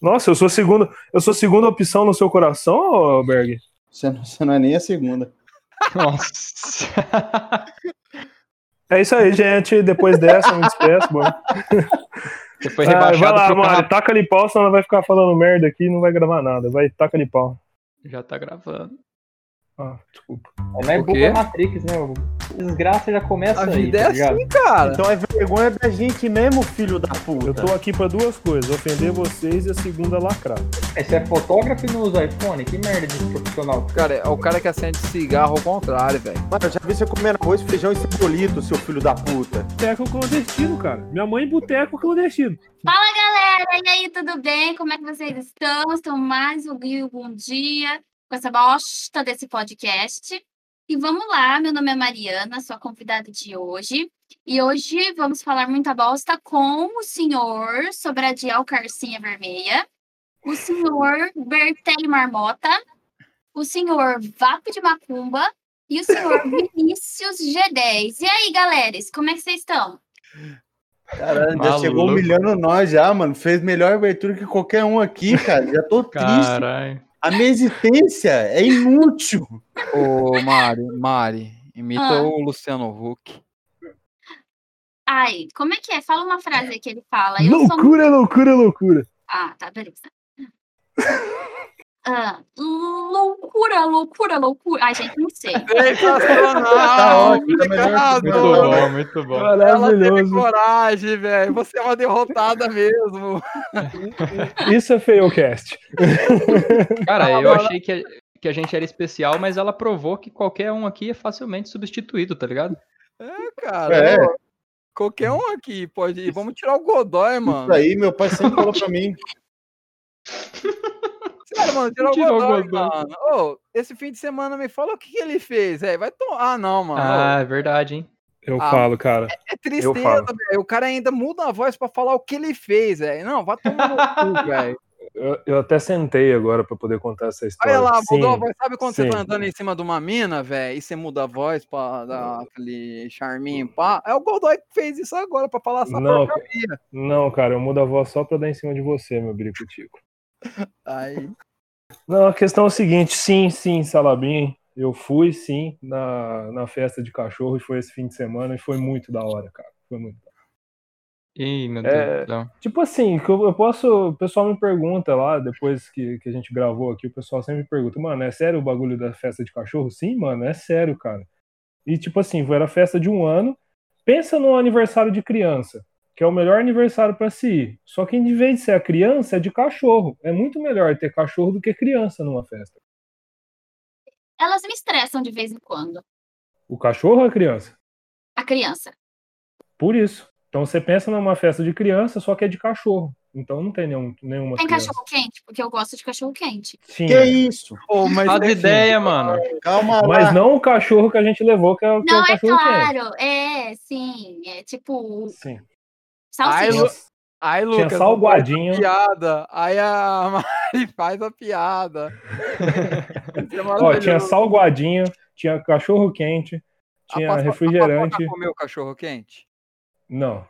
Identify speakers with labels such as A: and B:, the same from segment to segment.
A: Nossa, eu sou segunda, eu sou segunda opção no seu coração, ô, Berg?
B: Você não, você não é nem a segunda.
C: Nossa.
A: É isso aí, gente. Depois dessa, eu me despeço, mano.
C: Você foi
A: Ah,
C: rebaixado
A: vai lá,
C: pro
A: mano.
C: carro.
A: Taca-lhe pau, senão ela vai ficar falando merda aqui e não vai gravar nada. Vai, taca-lhe pau.
C: Já tá gravando.
A: Ah, desculpa.
D: É mais
C: O quê?
D: boa Matrix, né? O Desgraça já começa
E: A
D: aí,
E: vida é
D: tá ligado?
E: assim, cara.
F: Então é vergonha da gente mesmo, filho da puta.
A: Eu tô aqui pra duas coisas: ofender vocês e a segunda lacrar.
D: É, Você é fotógrafo e não usa iPhone? Que merda de profissional.
E: Cara, é o cara que acende cigarro ao contrário, velho.
F: Mano, eu já vi você comendo arroz, feijão e cebolito, seu filho da puta.
A: Boteco clandestino, cara. Minha mãe boteco clandestino.
G: Fala galera, e aí, tudo bem? Como é que vocês estão? Estão mais um Rio Bom Dia com essa bosta desse podcast. E vamos lá, meu nome é Mariana, sou a convidada de hoje. E hoje vamos falar muita bosta com o senhor Sobradiel Carcinha Vermelha, o senhor Bertelli Marmota, o senhor Vapo de Macumba e o senhor Vinícius G10. E aí, galera, como é que vocês estão?
B: Caralho, já
C: Maluco.
B: chegou humilhando nós já, mano. Fez melhor abertura que qualquer um aqui, cara. Já tô triste.
C: Caralho.
B: A minha existência é inútil.
E: Ô, Mari, Mari, imita
G: Ah.
E: o Luciano Huck.
G: Ai, como é que é? Fala uma frase aí que ele fala. Eu sou
A: Loucura, loucura, loucura.
G: Ah, tá, beleza. Ah, loucura, loucura, loucura. Ai, gente, não sei.
B: Tá
E: Sensacional!
B: ótimo, tá melhor que
C: Muito
B: Não,
C: bom, muito bom.
E: Ela teve
A: Maravilhoso.
E: coragem, velho. Você é uma derrotada mesmo.
A: Isso é Failcast.
C: Cara, eu
E: Agora-
C: achei que a, que a gente era especial, mas ela provou que qualquer um aqui é facilmente substituído, tá ligado?
E: É, cara.
B: É.
E: ó, qualquer um aqui pode ir. Vamos tirar o Godoy,
B: Isso
E: mano.
B: aí, meu pai sempre falou pra mim.
E: Sério, mano, tirar o
C: Tirar o
E: Godoy,
C: Godoy.
E: mano. Ô, esse fim de semana me fala o que, que ele fez. É, vai tomar. Ah, não, mano.
C: Ah, é verdade, hein?
A: Eu
E: Ah.
A: falo, cara.
E: É
A: Eu falo.
E: tristeza, velho. O cara ainda muda a voz pra falar o que ele fez, velho. Não, vai tomar no cu, velho.
A: Eu, eu até sentei agora pra poder contar essa história.
E: Olha lá,
A: Sim.
E: mudou a voz. Sabe quando você
A: sim.
E: tá andando em cima de uma mina, velho, e você muda a voz pra dar aquele charminho, pá? É o Godoy que fez isso agora pra falar essa
A: Não.
E: porcaria.
A: Não, cara, eu mudo a voz só pra dar em cima de você, meu brico tico.
E: Aí,
A: Não, a questão é o seguinte, sim, sim, Salabim, eu fui, sim, na, na festa de cachorro, e foi esse fim de semana, e foi muito da hora, cara, foi muito da
C: Ih, meu Deus
A: É.
C: do céu.
A: hora. Tipo assim, que eu, eu posso, o pessoal me pergunta lá, depois que, que a gente gravou aqui, o pessoal sempre me pergunta, mano, é sério o bagulho da festa de cachorro? Sim, mano, é sério, cara. E tipo assim, foi- era festa de um ano, pensa num aniversário de criança, que é o melhor aniversário pra se ir, só que em vez de ser a criança, é de cachorro, é muito melhor ter cachorro do que criança numa festa.
G: Elas me estressam de vez em quando.
A: O cachorro ou a criança?
G: A criança.
A: Por isso. Então você pensa numa festa de criança, só que é de cachorro. Então não tem nenhum, nenhuma
G: Tem
A: criança.
G: cachorro quente, porque eu gosto de cachorro quente.
A: Sim,
B: Que isso?
F: Pô, mas
C: Faz
F: enfim,
C: ideia, É, mano.
B: Calma
A: mas
B: lá.
A: não o cachorro que a gente levou, que é, o- que é
G: Não,
A: o
G: é
A: cachorro quente.
G: claro. É, sim. É tipo
A: Sim.
E: Ai,
G: salsicha.
A: Tinha,
E: É Lu-
A: tinha
E: aí Lucas, não faz
A: salgadinho.
E: a piada. Aí a Mari faz a piada. Isso é
A: Ó, tinha
E: maravilhoso.
A: salgadinho, tinha cachorro quente,
E: A
A: tinha
E: paçoca- a tá
A: refrigerante.
E: paçoca comeu cachorro quente?
A: Não.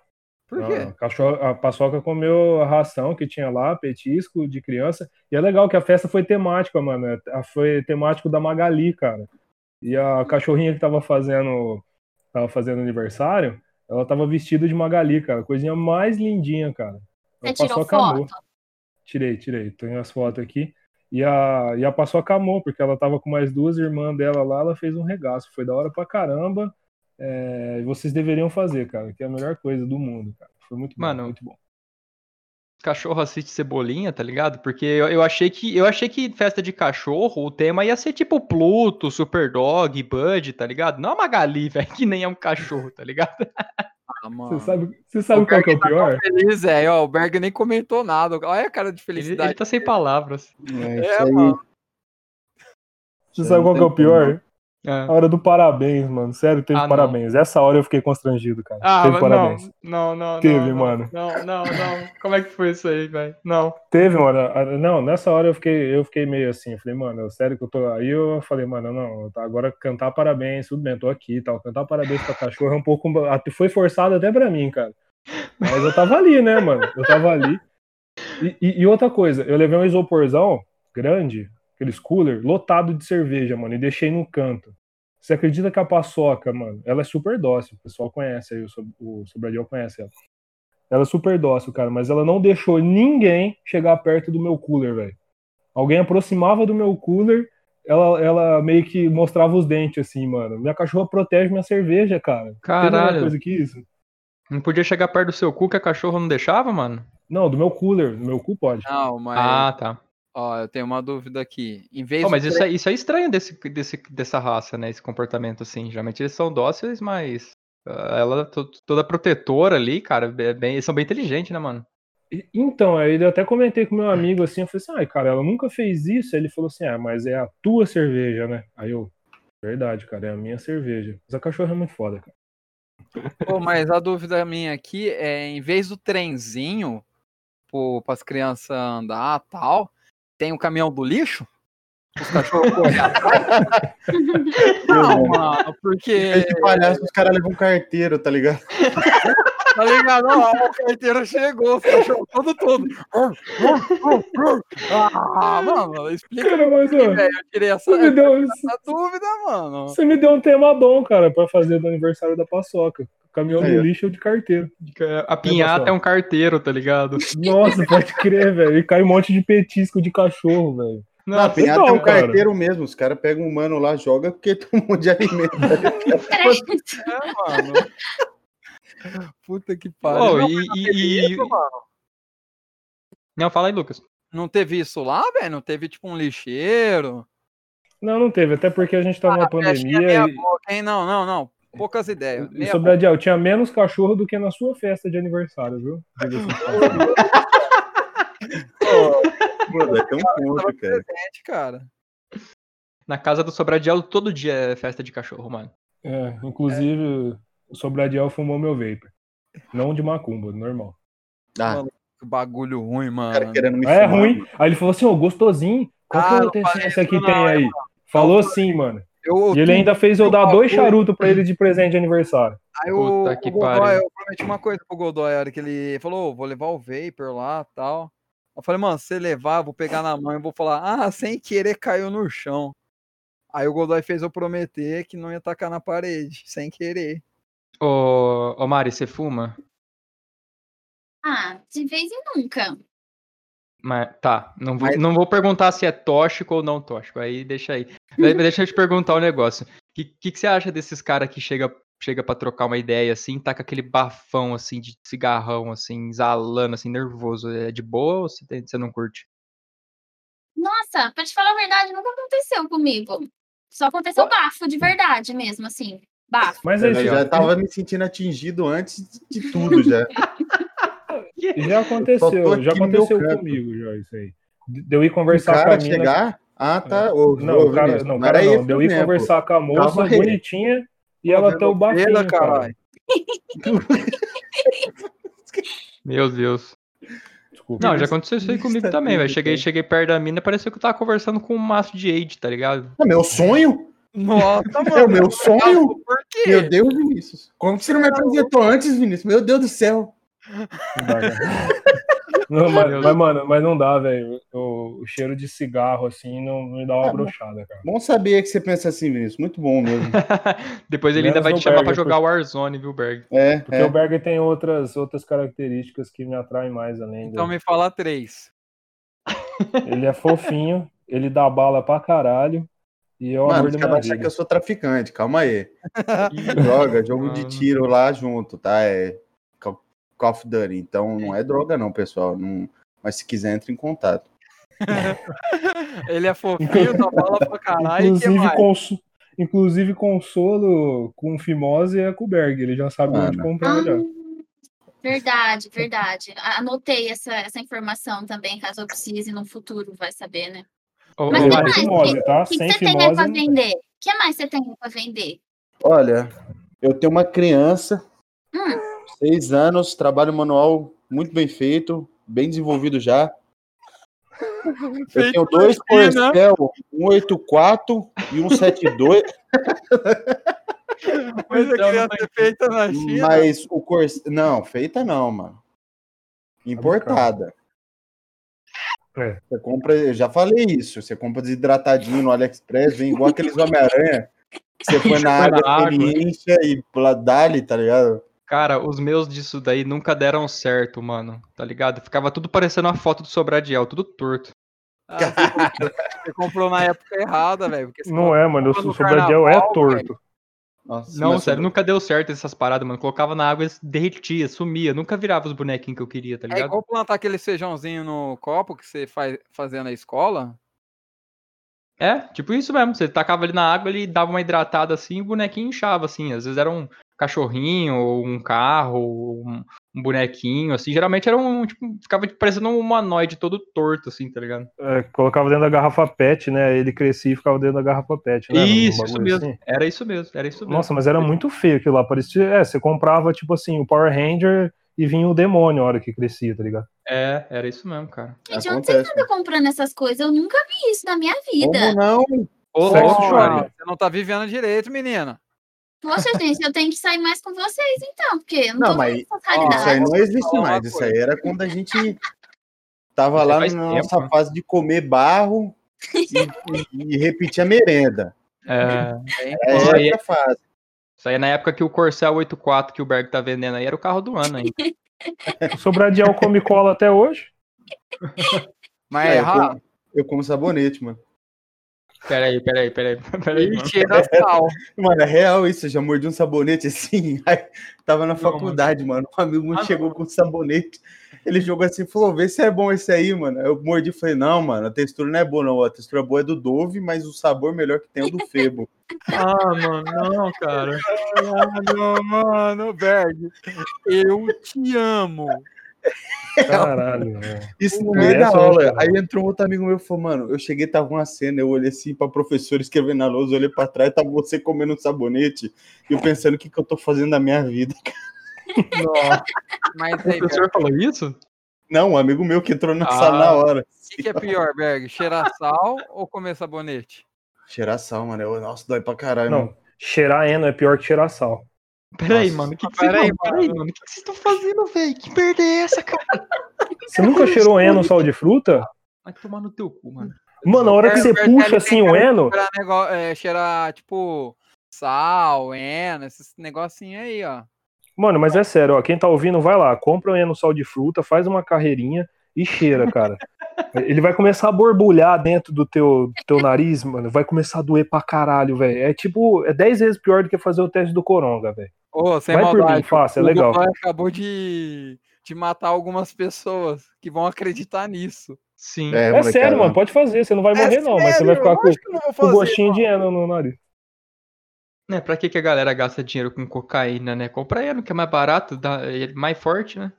E: Por
A: não,
E: quê?
A: não. Ah, Cachorro, a paçoca comeu a ração que tinha lá, petisco de criança. E é legal que a festa foi temática, mano. É, a- Foi temático da Magali, cara. E a cachorrinha que tava fazendo, tava fazendo aniversário, ela tava vestida de Magali, cara. Coisinha mais lindinha, cara. A
G: Você tirou
A: paçoca amou.
G: foto?
A: Tirei, tirei. Tenho as fotos aqui. E a, e a paçoca amou, porque ela tava com mais duas irmãs dela lá, ela fez um regaço. Foi da hora pra caramba. É, vocês deveriam fazer, cara, que é a melhor coisa do mundo, cara. Foi muito bom,
C: Mano,
A: muito bom.
C: Cachorro assiste cebolinha, tá ligado? Porque eu, eu achei que eu achei que festa de cachorro, o tema ia ser tipo Pluto, Superdog, Bud, tá ligado? Não a Magali, velho, que nem é um cachorro, tá ligado?
E: Ah, mano.
A: Você sabe, você sabe qual que é o pior?
E: Feliz, é, ó, o Berg nem comentou nada. Olha a cara de
C: Ele, ele
E: felicidade.
C: tá sem palavras.
B: É,
E: É,
B: isso aí.
E: mano.
A: Você sabe qual que é o pior?
C: Ah.
A: A hora do parabéns, mano. Sério, teve
C: Ah, não.
A: parabéns. Essa hora eu fiquei constrangido, cara.
C: Ah,
A: teve
C: mas não,
A: parabéns.
C: não, não.
A: Teve,
C: não, não,
A: mano.
C: Não, não, não. Como é que foi isso aí, velho? Não.
A: Teve uma hora. a- Não, nessa hora eu fiquei, eu fiquei meio assim. Eu falei, mano, eu- sério que eu tô. Aí eu falei, mano, não, tá, agora cantar parabéns, tudo bem, tô aqui e tal. Cantar parabéns pra cachorro é um pouco. até- Foi forçado até pra mim, cara. Mas eu tava ali, né, mano? Eu tava ali. E, e- e outra coisa, eu levei um isoporzão grande, aqueles cooler, lotado de cerveja, mano, e deixei num canto. Você acredita que a paçoca, mano, ela é super dócil, o pessoal conhece aí, o, Sob- o Sobradinho conhece ela. Ela é super dócil, cara, mas ela não deixou ninguém chegar perto do meu cooler, velho. Alguém aproximava do meu cooler, ela, ela meio que mostrava os dentes, assim, mano. Minha cachorra protege minha cerveja, cara. Tem melhor
C: Caralho.
A: coisa que isso?
C: Não podia chegar perto do seu cu que a cachorro não deixava, mano?
A: Não, do meu cooler, do meu cu pode.
E: Não, mas
C: Ah, tá.
E: ó, eu tenho uma dúvida aqui. Em vez
C: Pô, mas
E: do
C: isso é, isso é estranho desse, desse, dessa raça, né? Esse comportamento, assim. Geralmente eles são dóceis, mas. ah, Ela to- toda protetora ali, cara. é bem- eles são bem inteligentes, né, mano?
A: E- Então, aí eu até comentei com meu amigo assim, eu falei assim, ai, cara, ela nunca fez isso. Aí ele falou assim, ah, mas é a tua cerveja, né? Aí eu, verdade, cara, é a minha cerveja. Mas a cachorra é muito foda, cara.
E: Pô, mas a dúvida minha aqui é, em vez do trenzinho para as crianças andar tal, tem o caminhão do lixo? Os cachorros correm atrás? Não, mano,
B: Em vez
E: porque,
B: É de palhaço, os caras levam um carteiro, tá ligado?
E: tá ligado? Ó, o carteiro chegou, os cachorros todo todo. Ah, mano, explica
A: Cara, mas
E: aí,
A: ó,
E: velho, eu tirei essa,
A: você me deu, um
E: essa dúvida, mano.
A: você me deu um tema bom, cara, pra fazer do aniversário da paçoca. Caminhão
B: Aí,
A: do
B: ó.
A: lixo ou de carteiro.
C: A pinhata é um carteiro, tá ligado?
A: Nossa, pode crer, velho. E cai um monte de petisco de cachorro, velho.
B: Na pinhada
A: então,
C: é
B: tem um
A: cara.
B: carteiro mesmo. Os caras pegam um mano lá, joga, porque tem um monte de alimento.
G: Credo.
E: É, mano. Puta que
C: Pô,
E: pariu. Não,
C: e-
E: teve
C: e-
E: isso,
C: e-
E: mano?
C: Não, fala aí, Lucas.
E: Não teve isso lá, velho? Não teve tipo um lixeiro?
A: Não, não teve, até porque a gente tá numa
E: Festinha
A: pandemia
E: Ah, é meia
A: e,
E: boca, hein? Não, não, não. Poucas ideias.
A: e
E: Meia
A: sobre Adiel, tinha menos cachorro do que na sua festa de aniversário, viu? Diga-se de passagem.
B: Mano, é tão
E: boca
B: ponto, cara.
E: presente, cara.
C: Na casa do Sobradiel, todo dia é festa de cachorro, mano.
A: É, inclusive, o Sobradiel fumou meu vapor. Não de macumba, normal.
B: Ah,
E: Que bagulho ruim,
B: o
E: mano.
B: cara querendo me
A: Ah, é
B: fumar,
A: ruim.
B: mano.
A: Aí ele falou assim, ô, gostosinho. Qual
E: Ah,
A: que é
E: não
A: o
E: falei
A: essência que
E: isso
A: tem
E: não,
A: aí? Falou sim, mano.
E: Eu,
A: E ele ainda fez eu dar dois charutos pra ele de presente de aniversário.
E: aí o,
C: Puta que
E: o Godoy,
C: pariu.
E: eu prometi uma coisa pro Godoy, a hora que ele falou, "Ô, vou levar o Vapor lá tal. Eu falei, mano, se você levar, eu vou pegar na mão e vou falar, ah, sem querer caiu no chão. Aí o Godoy fez eu prometer que não ia tacar na parede, sem querer.
C: Ô, ô Mari, você fuma?
G: Ah, de vez em nunca.
C: Mas, tá, não vou,
E: Mas-
C: não vou perguntar se é tóxico ou não tóxico. Aí deixa aí. Mas deixa eu te perguntar um negócio. O que, que, que você acha desses caras que chega, chega pra trocar uma ideia assim, tá com aquele bafão assim, de cigarrão, assim, exalando, assim, nervoso? É de boa ou você, tem- você não curte?
G: Nossa, pra te falar a verdade, nunca aconteceu comigo. Só aconteceu bafo de verdade mesmo, assim. Bafo.
A: Mas é
B: Eu
A: isso.
B: já
A: Já,
B: tava me sentindo atingido antes de de tudo, já.
A: já
B: Só tô
A: aconteceu,
B: aqui
A: já
B: no meu
A: aconteceu
B: canto.
A: comigo, já, isso aí. De de eu ir
B: O
A: conversar com a
B: cara
A: mina. É.
B: chegar... Ah, tá. ô,
A: Não,
B: ô,
A: o cara,
B: Vinícius,
A: não, o
B: não
A: cara
B: era
A: não.
B: isso
A: Deu ir
B: mesmo,
A: conversar com a moça
B: Calma aí.
A: bonitinha e ela até o bafinho,
E: Pedra,
A: cara.
E: caralho.
C: Meu Deus.
A: Desculpa.
C: Não, já aconteceu isso aí comigo
B: Lista
C: também, velho.
B: bíblica.
C: Cheguei, cheguei perto da mina, parecia que eu tava conversando com um maço de Age, tá ligado?
B: É meu sonho?
E: Nossa, mano.
B: É o meu sonho?
E: Por quê?
B: Meu Deus, Vinícius. Como que você não me apresentou antes, Vinícius? Meu Deus do céu.
A: Não dá, cara. Não, mas, mas, mano, mas não dá, velho. O, o cheiro de cigarro, assim, não me dá
C: É.
A: uma
B: Ah,
A: brochada, cara.
B: Bom saber que você pensa assim, Vinícius. Muito bom mesmo.
C: Depois ele ainda
A: Menos
C: vai
A: no
C: te chamar pra
A: Berger,
C: jogar Warzone, viu, Berg?
B: É,
A: Porque
B: é.
A: o Berger tem outras, outras características que me atraem mais além
E: Então
A: dele.
E: me fala três.
A: Ele é fofinho, ele dá bala pra caralho. E é o
B: Mano,
A: amor
B: os
A: da
B: caras vão
A: minha
B: achar que
A: vida.
B: eu sou traficante. Calma aí. Droga, jogo de
C: Mano.
B: tiro lá junto, tá? É Call Call of Duty. Então não é droga, não, pessoal. Não... Mas se quiser, entre em contato.
E: Ele é fofinho, dá bola pra caralho. E que
A: Inclusive,
E: mais?
A: conso- inclusive, consolo com Fimose é com o Berg. Ele já sabe
B: Mano.
A: onde
B: é
G: Ah,
A: comprar já.
G: Verdade, verdade. A- Anotei essa, essa informação também, caso eu precise no futuro, vai saber, né?
C: Ô, ô,
G: Mas
A: Não
G: tem
A: vale
C: Mari,
G: mais,
A: Fimose, tá?
G: O que, que
A: Sem
G: você tem aí
A: Fimose.
G: pra
B: né?
A: não-
G: vender? O que mais você tem aí pra vender?
B: Olha, eu tenho uma criança,
G: Hum.
B: seis anos, trabalho manual muito bem feito, bem desenvolvido já. Eu tenho dois
E: China.
B: Corcel, um 84 e um 72,
E: Coisa que ia ser feita na China.
B: mas o Corcel... Não, feita não, mano. Importada.
A: É.
B: Você compra, eu já falei isso, você compra desidratadinho no AliExpress, vem igual aqueles Homem-Aranha. que Você põe na
C: Põe na
B: água, ele
C: água.
B: incha e pla- dá-lhe, tá ligado?
C: Cara, os meus disso daí nunca deram certo, mano. Tá ligado? Ficava tudo parecendo uma foto do Sobradiel, tudo torto.
E: Ah, você comprou- você comprou na época errada, velho. porque você
A: Não é, mano.
E: comprou
A: O
E: no
A: Sobradiel é
E: carnaval,
A: torto.
B: Nossa,
C: não,
B: mas-
A: é-
C: sério, nunca deu certo essas paradas, mano. Colocava na água, eles derretia, sumia. Nunca virava os bonequinhos que eu queria, tá
E: É
C: ligado?
E: igual plantar aquele feijãozinho no copo que você faz fazia na escola.
C: É, tipo isso mesmo. Você tacava ali na água, ele dava uma hidratada assim e o bonequinho inchava, assim. Às vezes era um cachorrinho, ou um carro, ou um, um bonequinho, assim. Geralmente era um, tipo, ficava tipo, parecendo um humanoide todo torto, assim, tá ligado?
A: É, colocava dentro da garrafa PET, né? Ele crescia e ficava dentro da garrafa PET, né?
C: isso,
A: Um
C: isso
A: bagulho
C: mesmo.
A: assim.
C: Era isso mesmo, era isso mesmo.
A: Nossa, mas era muito feio aquilo lá. Parecia, é, você comprava, tipo assim, o Power Ranger e vinha o demônio a hora que crescia, tá ligado?
C: É, era isso mesmo, cara.
G: Gente, onde vocês
B: Acontece. né?
G: andam comprando essas coisas? Eu nunca vi isso na minha vida.
B: Como não?
C: Ô,
A: Sexo
C: louco,
A: de
C: cara.
A: Maria.
E: você não tá vivendo direito, menina.
G: Poxa, gente, eu tenho que sair mais com vocês, então, porque eu não,
B: Não,
G: tô
B: mas-
G: vendo essas
E: ó,
B: Isso aí
G: raridades.
B: não existe
E: falar uma
B: mais. Isso aí
E: coisa.
B: era quando a gente tava lá
C: faz
B: na
C: tempo,
B: nossa
C: né?
B: fase de comer barro e, e- e repetir a merenda.
C: É,
B: É
C: Isso aí.
B: essa fase.
C: isso aí é na época que o Corcel 84 que o Berg tá vendendo aí era o carro do ano ainda.
A: O Sobradiel come cola até hoje.
E: Mas
B: É,
E: é
B: eu
E: errado.
B: como- Eu como sabonete, mano.
C: Peraí, peraí, peraí. peraí mano.
E: Mentira, sal.
B: Mano, é real isso. Eu já mordi um sabonete assim. Aí, tava na
C: mano.
B: faculdade, mano. Um amigo meu
C: Ah,
B: chegou com um sabonete. Ele jogou assim e falou: vê se é bom esse aí, mano. Aí Eu mordi e falei: não, mano, a textura não é boa, não. A textura boa é do Dove, mas o sabor melhor que tem é o do Febo.
C: Ah, mano, não, cara.
E: Mano, mano, Berg, eu te amo.
A: Caralho, velho.
B: Isso
A: Não
B: no meio
A: é
B: da
A: essa,
B: aula.
A: cara.
B: Aí entrou um outro amigo meu e falou, mano, eu cheguei, tava uma cena, eu olhei assim pra professora escrevendo na lousa, eu olhei pra trás, tava você comendo um sabonete, e eu pensando o que, que eu tô fazendo na minha vida.
E: Mas
C: O
E: aí, Berg,
C: professor falou isso?
B: Não, um amigo meu que entrou na
C: Ah.
B: sala na hora.
E: o que, que é pior, Berg? Cheirar sal ou comer sabonete?
B: Cheirar sal, mano. Eu, nossa, dói pra caralho. mano.
A: Não, cheirar eno é pior que cheirar sal.
C: Peraí,
B: Nossa.
C: mano. Que que
E: Peraí,
C: peraí, peraí, mano. O que, que vocês estão fazendo, velho? Que merda é essa, cara?
A: Você nunca cheirou eno sal de fruta?
C: Vai tomar no teu cu, mano.
A: Mano, a hora que você puxa assim o eno,
E: Cheirar, nego- é, cheirar, tipo, sal, eno, esses negocinho aí, ó.
A: Mano, mas é sério, ó, quem tá ouvindo, vai lá, compra um eno sal de fruta, faz uma carreirinha e cheira, cara. Ele vai começar a borbulhar dentro do teu, teu nariz, mano, vai começar a doer pra caralho, velho. É tipo, é 10 vezes pior do que fazer o teste do coronga, velho.
E: Ô, sem
A: Vai por mim,
E: maldade.
A: fácil, é
E: o
A: legal.
E: Godoy acabou de, de matar algumas pessoas que vão acreditar nisso.
C: Sim.
A: É,
B: molecada,
A: sério, mano, pode fazer, você não vai morrer não, mas você vai ficar com, com o gostinho de eno no nariz.
C: Né, pra que, que a galera gasta dinheiro com cocaína, né? Compra eno, que é mais barato, dá, é mais forte, né?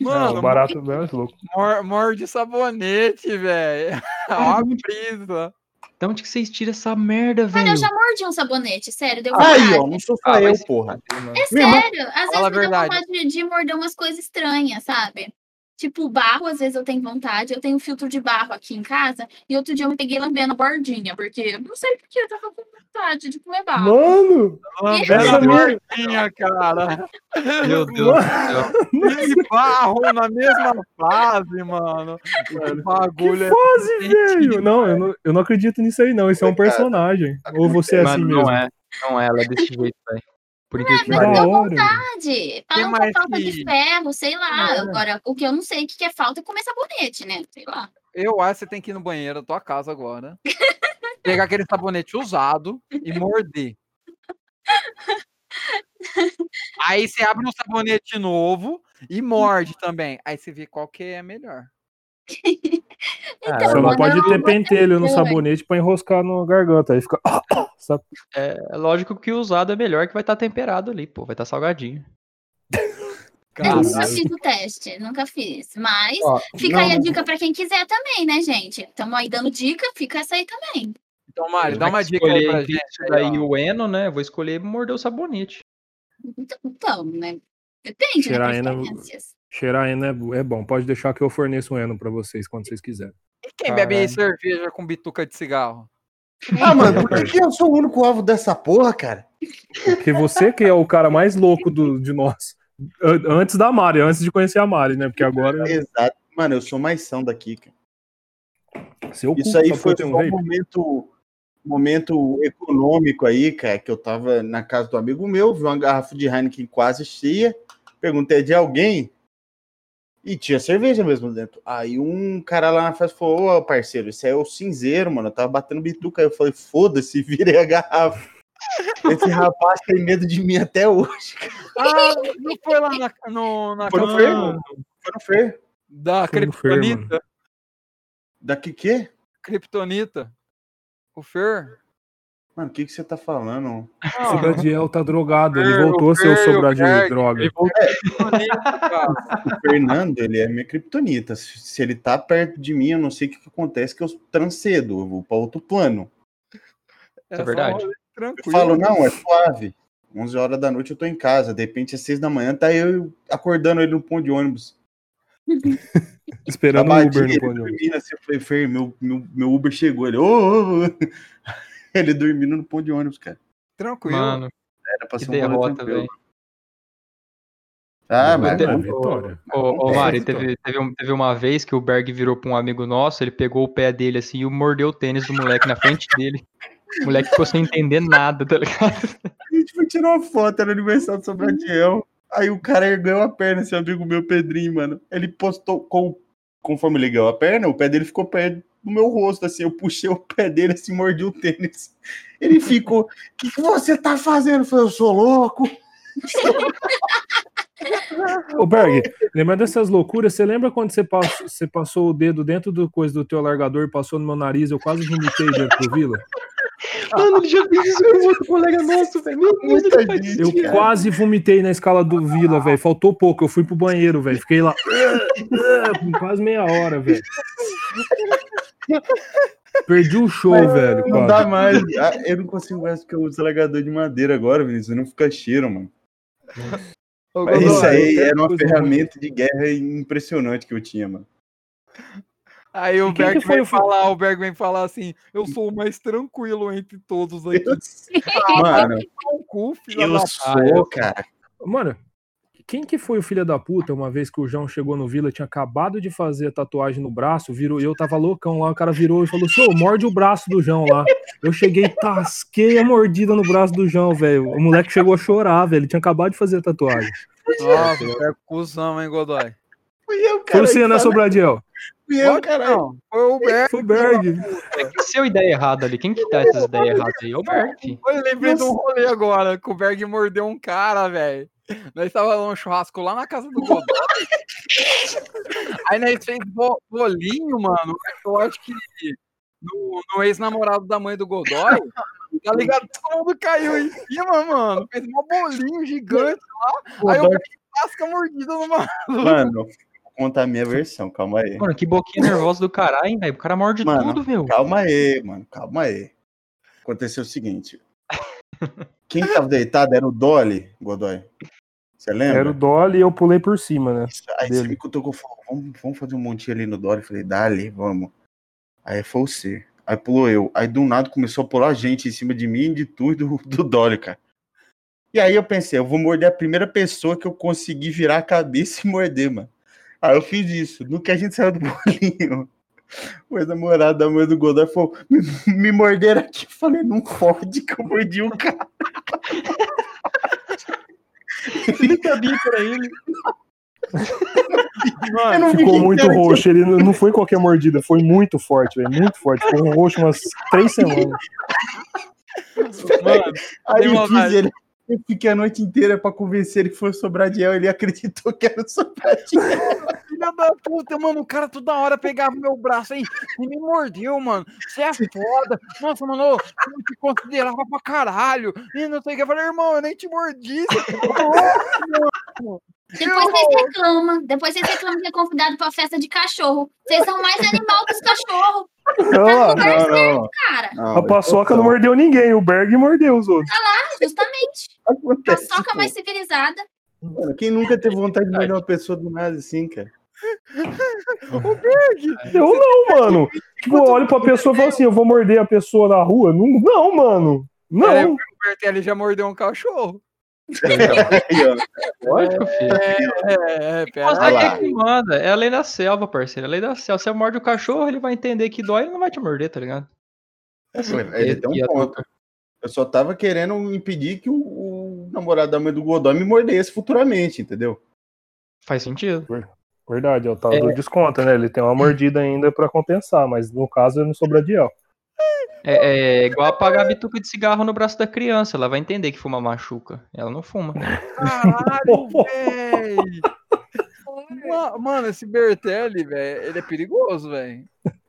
E: Mano,
A: Não, barato, né, é louco.
E: mor- morde sabonete, velho.
C: Tá
E: Ó a brisa.
C: De onde que vocês tiram essa merda,
G: Cara, eu
C: velho?
G: já mordi um sabonete, sério, deu
B: um-
G: vontade.
B: Aí, ó, não sou só
C: Ah,
B: eu,
C: vai se
B: porra.
G: É
B: Minha irmã-
G: sério, às
E: Fala
G: vezes
E: a
G: eu tenho
E: verdade.
G: vontade de- de morder umas coisas estranhas, sabe? Tipo, barro, às vezes eu tenho vontade. Eu tenho um filtro de barro aqui em casa. E outro dia eu me peguei lambendo a bordinha, porque eu não sei porque eu tava com vontade de comer barro.
A: Mano,
E: Lambendo a
A: Deus.
E: bordinha, cara.
C: Meu Deus do céu.
E: E barro na mesma fase, mano. Que bagulho é
A: quase,
E: doente,
A: velho. Não, eu não, eu não acredito nisso aí não, isso é um personagem. Ou você é assim
C: Mano,
A: mesmo.
C: não é. Não é, ela é desse jeito, velho. Por incrível que
A: Da
C: pareça.
A: hora.
G: Vontade. Falam que
E: mais
G: é falta
E: que- né?
G: de ferro, sei lá. Agora, o que eu não sei o que que é falta é comer sabonete, né? Sei lá.
E: Eu acho que você tem que ir no banheiro da tua casa agora. pegar aquele sabonete usado e morder. Aí você abre um sabonete novo e morde também. Aí você vê qual que é melhor.
G: Então,
A: Você
G: mano,
A: não pode
G: eu
A: ter
G: vou-
A: pentelho no
G: Não,
A: sabonete pra enroscar na garganta. Aí fica. "Ah, Sabe?
C: É lógico que o usado é melhor que vai estar temperado ali, pô. Vai estar salgadinho.
G: Eu
E: Cara,
G: nunca fiz o teste, nunca fiz. Mas
E: Ó, né?
G: fica
B: não,
G: aí a
B: não.
G: dica pra quem quiser também, né, gente? Estamos aí dando dica, fica essa aí também.
E: então, Mário, dá
C: Vai
E: uma dica aí
C: é escolher
E: pra
C: entre
E: gente.
C: Isso
E: aí, ó.
C: daí o Eno, né? Vou escolher morder o sabonete.
G: Então- Então, né? Depende
A: Cheirar
G: das
A: ainda-
G: preferências.
A: Cheirar eno é bo- é bom. Pode deixar que eu forneço um eno pra vocês quando vocês quiserem.
E: E quem bebe
C: Caralho.
E: cerveja com bituca de cigarro?
B: Ah, mano, por que, que eu sou o único alvo dessa porra, cara?
A: Porque você que é o cara mais louco do- de nós. An- Antes da Mari, antes de conhecer a Mari, né? Porque agora.
B: Exato. Mano, eu sou mais são daqui, cara.
A: Seu cu,
B: Isso aí
A: só
B: foi
A: porque tem um
B: só um
A: vape.
B: momento, momento econômico aí, cara, que eu tava na casa do amigo meu, vi uma garrafa de Heineken quase cheia, perguntei "É de alguém e tinha cerveja mesmo dentro. Aí um cara lá na festa falou, ô parceiro, isso aí é o cinzeiro, mano, eu tava batendo bituca. Aí eu falei, foda-se, virei a garrafa. Esse rapaz tem medo de mim até hoje.
E: Ah, não foi lá na, no, na
B: Foi no
E: campanha
B: Fer? Foi no Fer.
E: da
A: Foi no Fer,
E: Kryptonita.
B: Daqui quê?
E: Kryptonita. O Fer?
B: Mano, o que, que você tá falando?
A: O
E: Não,
A: Sobradiel tá drogado, ele
E: Fer,
A: voltou a ser o
E: Fer,
A: Sobradiel
E: Fer,
A: de droga.
E: ele voltou a Kryptonita, cara.
B: O Fernando, ele é minha criptonita. Se se ele tá perto de mim, eu não sei o que, que acontece, que eu transcedo, eu vou pra outro plano.
E: É
C: Isso é verdade.
E: só um rolê
B: Eu
E: Tranquilo.
B: falo, não, é suave. 11 horas da noite eu tô em casa, de repente às 6 da manhã tá eu acordando ele no ponto de ônibus.
A: Esperando o
B: Babadinha,
A: Uber no
B: ele
A: ponto de ônibus.
B: dormindo assim, eu falei, Fer, meu, meu, meu Uber chegou. Ele, ô, ô, ô. Ele dormindo no ponto de ônibus, cara.
E: Tranquilo.
C: Mano,
B: Era pra
C: que
B: ser um rolê
C: derrota,
B: tranquilo.
C: velho.
B: Ah,
A: Mas
B: mas
A: é
B: não,
A: vitória.
C: Ô, ô,
B: Acontece,
C: Mari,
A: então.
C: teve, teve, um- teve uma vez que o Berg virou pra um amigo nosso, ele pegou o pé dele assim e mordeu o tênis do moleque na frente dele. O moleque ficou sem entender nada, tá ligado?
B: A gente foi tirar uma foto, era aniversário do Sobradiel. Aí o cara ergueu a perna, esse amigo meu, Pedrinho, mano. Ele postou, com, conforme ele ergueu a perna, o pé dele ficou perto do meu rosto, assim. Eu puxei o pé dele, assim, mordi o tênis. Ele ficou, o que, que você tá fazendo? Eu falei, eu sou louco.
A: Ô, Berg, lembrando dessas loucuras, você lembra quando você passou, você passou o dedo dentro do coisa do teu largador, passou no meu nariz, eu quase vomitei dentro do Vila?
C: Mano, ele já fez isso com outro colega nosso,
A: é
C: velho. Meu Deus,
B: Muita gente,
A: Eu
B: cara.
A: quase vomitei na escala do Vila, velho. Faltou pouco, eu fui pro banheiro, velho. Fiquei lá com quase meia hora, velho. Perdi o show, velho. quase.
B: Não dá mais. Ah, Eu não consigo mais porque eu uso largador de madeira agora, Vinícius. Não fica cheiro, mano.
E: Ô,
A: Não,
B: Mas
E: Godoy,
B: isso aí
A: eu quero
B: era uma
A: coisa
B: ferramenta de guerra impressionante que eu tinha, mano.
E: Aí o
A: E quem
E: Berg
A: que foi
E: vem
A: o-
E: falar, o Berg vem falar assim, eu sou o mais tranquilo entre todos aqui.
B: Mano,
E: Pau no cu, filha
B: eu
E: da
B: sou, cara.
A: Mano, quem que foi o filho da puta uma vez que o João chegou no Vila, tinha acabado de fazer a tatuagem no braço, virou, eu tava loucão lá, o cara virou e falou, senhor, morde o braço do João lá. Eu cheguei, tasquei a mordida no braço do João, velho. O moleque chegou a chorar, velho. Ele tinha acabado de fazer a tatuagem.
E: Nossa, é cuzão, hein, Godoy?
B: Fui eu,
A: Foi
B: cara.
A: você, né, Sobradiel?
B: Fui eu,
E: Pode
B: caralho.
E: não, Foi o Berg.
A: Foi o Berg.
C: Seu ideia errada ali. Quem que dá essas ideias erradas aí? É o Berg. filho.
E: Eu lembrei de um rolê agora, que o Berg mordeu um cara, velho. Nós tava num churrasco lá na casa do Godoy. Aí nós fez bo- bolinho, mano. Eu acho que no, no ex-namorado da mãe do Godoy, tá ligado? Todo mundo caiu em cima, mano. Fez um bolinho gigante. Aí o Berg tasca a mordida no maluco.
B: Mano, vou contar a minha versão, calma aí.
C: Mano, que boquinha nervosa do caralho, hein, velho. O cara morde
B: Mano,
C: tudo, meu.
B: Calma aí, mano, calma aí. Aconteceu o seguinte. Quem tava deitado era o Dolly, Godoy. Você lembra?
A: Era o Dolly e eu pulei por cima, né?
B: Isso, Aí
A: dele.
B: você me cutucou e falou, vamos, vamos fazer um montinho ali no Dolly. Eu falei, dali, vamos. Aí foi você. Aí pulou eu. Aí do nada começou a pular gente em cima de mim, de tu e do, do Dolly, cara. E aí eu pensei, eu vou morder a primeira pessoa que eu conseguir virar a cabeça e morder, mano. Aí eu fiz isso. No que a gente saiu do bolinho, o ex-namorado da mãe do Godoy falou, me, me morderam aqui. Eu falei, não pode que eu mordi o cara.
C: Ele sabia pra ele.
B: Eu não vi
A: Ficou
B: quem
A: muito
B: era que-
A: roxo. Ele não não foi qualquer mordida, foi muito forte, velho. Muito forte. Ficou um roxo umas três semanas.
E: Mano,
B: Aí
E: Tem
B: eu
E: maldade.
B: fiz ele. Eu fiquei a noite inteira pra convencer ele que foi o Sobradiel. Ele acreditou que era o Sobradiel.
E: Filha da puta, mano, o cara toda hora pegava meu braço, hein? E me mordeu, mano. Você é foda. Nossa, mano, eu eu te considerava pra caralho. E não sei o que. Eu falei, irmão, eu nem te mordi. você tá louco, mano.
G: Depois vocês reclamam. Depois vocês reclamam que é convidado pra festa de cachorro. Vocês são mais animal que os cachorros, Tá
A: Então, ó,
B: Não, não.
G: cara.
B: não
A: a paçoca não
B: Então,
A: mordeu ninguém, o Berg mordeu os outros.
G: Justamente.
B: Acontece,
G: Paçoca mais civilizada.
B: mano. Quem nunca teve vontade de morder uma pessoa do nada assim, cara?
A: Eu não, mano. Tipo, eu olho pra pessoa e falo assim: eu vou morder a pessoa na rua? Não, não mano.
E: Peraí,
B: É.
A: Não.
E: o Bertelli já mordeu um cachorro.
B: Aí, ó.
C: Lógico, filho.
E: É, é, pera
C: Mas
E: lá.
C: é
B: lá.
C: que que manda. É a lei da selva, parceiro. É a lei da selva. Você morde o cachorro, ele vai entender que dói e não vai te morder, tá ligado?
B: Ele tem um ponto. Eu só tava querendo impedir que o, o namorado da mãe do Godoy me mordesse futuramente, entendeu?
C: Faz sentido.
A: Verdade, é o tal
C: É.
A: do desconto, né? Ele tem uma mordida ainda pra compensar, mas no caso é no sobradiel.
C: É, é igual apagar a bituca de cigarro no braço da criança. Ela vai entender que fuma machuca. Ela não fuma.
E: Caralho, véi. Ma- Mano, esse Bertelli, velho, ele é perigoso, velho.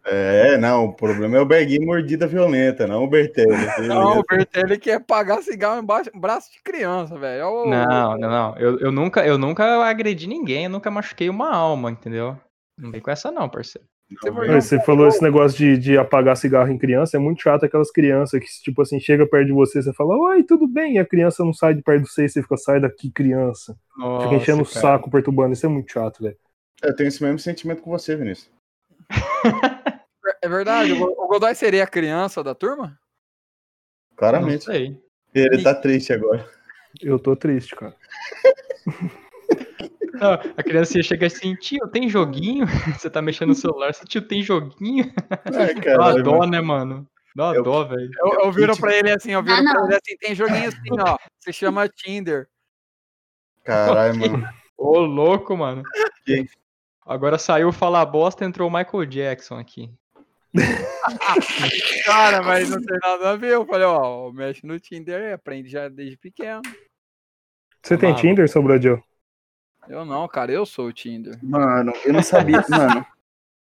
B: É, não, o problema é o Berguinho mordida violenta, não o Bertelli.
E: Não,
B: Beleza.
E: o Bertelli quer pagar cigarro embaixo braço de criança, velho. É o-
C: Não, não, não. Eu, eu nunca, eu nunca agredi ninguém, eu nunca machuquei uma alma, entendeu? Não vem com essa não, parceiro.
E: Você
B: Não,
E: vai-
B: velho.
A: Você falou esse negócio de, de apagar cigarro em criança, é muito chato aquelas crianças que, tipo assim, chega perto de você, você fala, oi, tudo bem, e a criança não sai de perto de você, e você fica, sai daqui, criança. Fica enchendo o saco, perturbando, isso é muito chato, velho.
B: Eu tenho esse mesmo sentimento com você, Vinícius.
E: É verdade, o Go- o Godoy seria a criança da turma?
C: Não
B: Claramente.
C: sei.
B: Ele tá triste agora.
A: Eu tô triste, cara.
C: Não, a criança chega assim, tio, tem joguinho? Você tá mexendo no celular, você, tio, tem joguinho?
B: Ai,
C: Dá uma
B: caralho,
C: dó,
B: mano.
C: né, mano? Dá uma
B: Eu-
C: dó, velho.
E: Eu, eu viro pra ele assim, eu viro
G: Ah,
E: pra
G: não.
E: ele assim, tem joguinho assim, ó, se chama Tinder.
B: Caralho, mano.
C: Ô, louco, mano.
B: Quem?
C: Agora saiu o Fala Bosta, entrou o Michael Jackson aqui.
E: Cara, mas não tem nada a ver. Eu falei, ó, mexe no Tinder, aprende já desde pequeno.
A: Você tem
C: Amado.
A: Tinder, sobradiel?
E: Eu não, cara, eu sou o Tinder.
B: Mano, eu não sabia. Mano,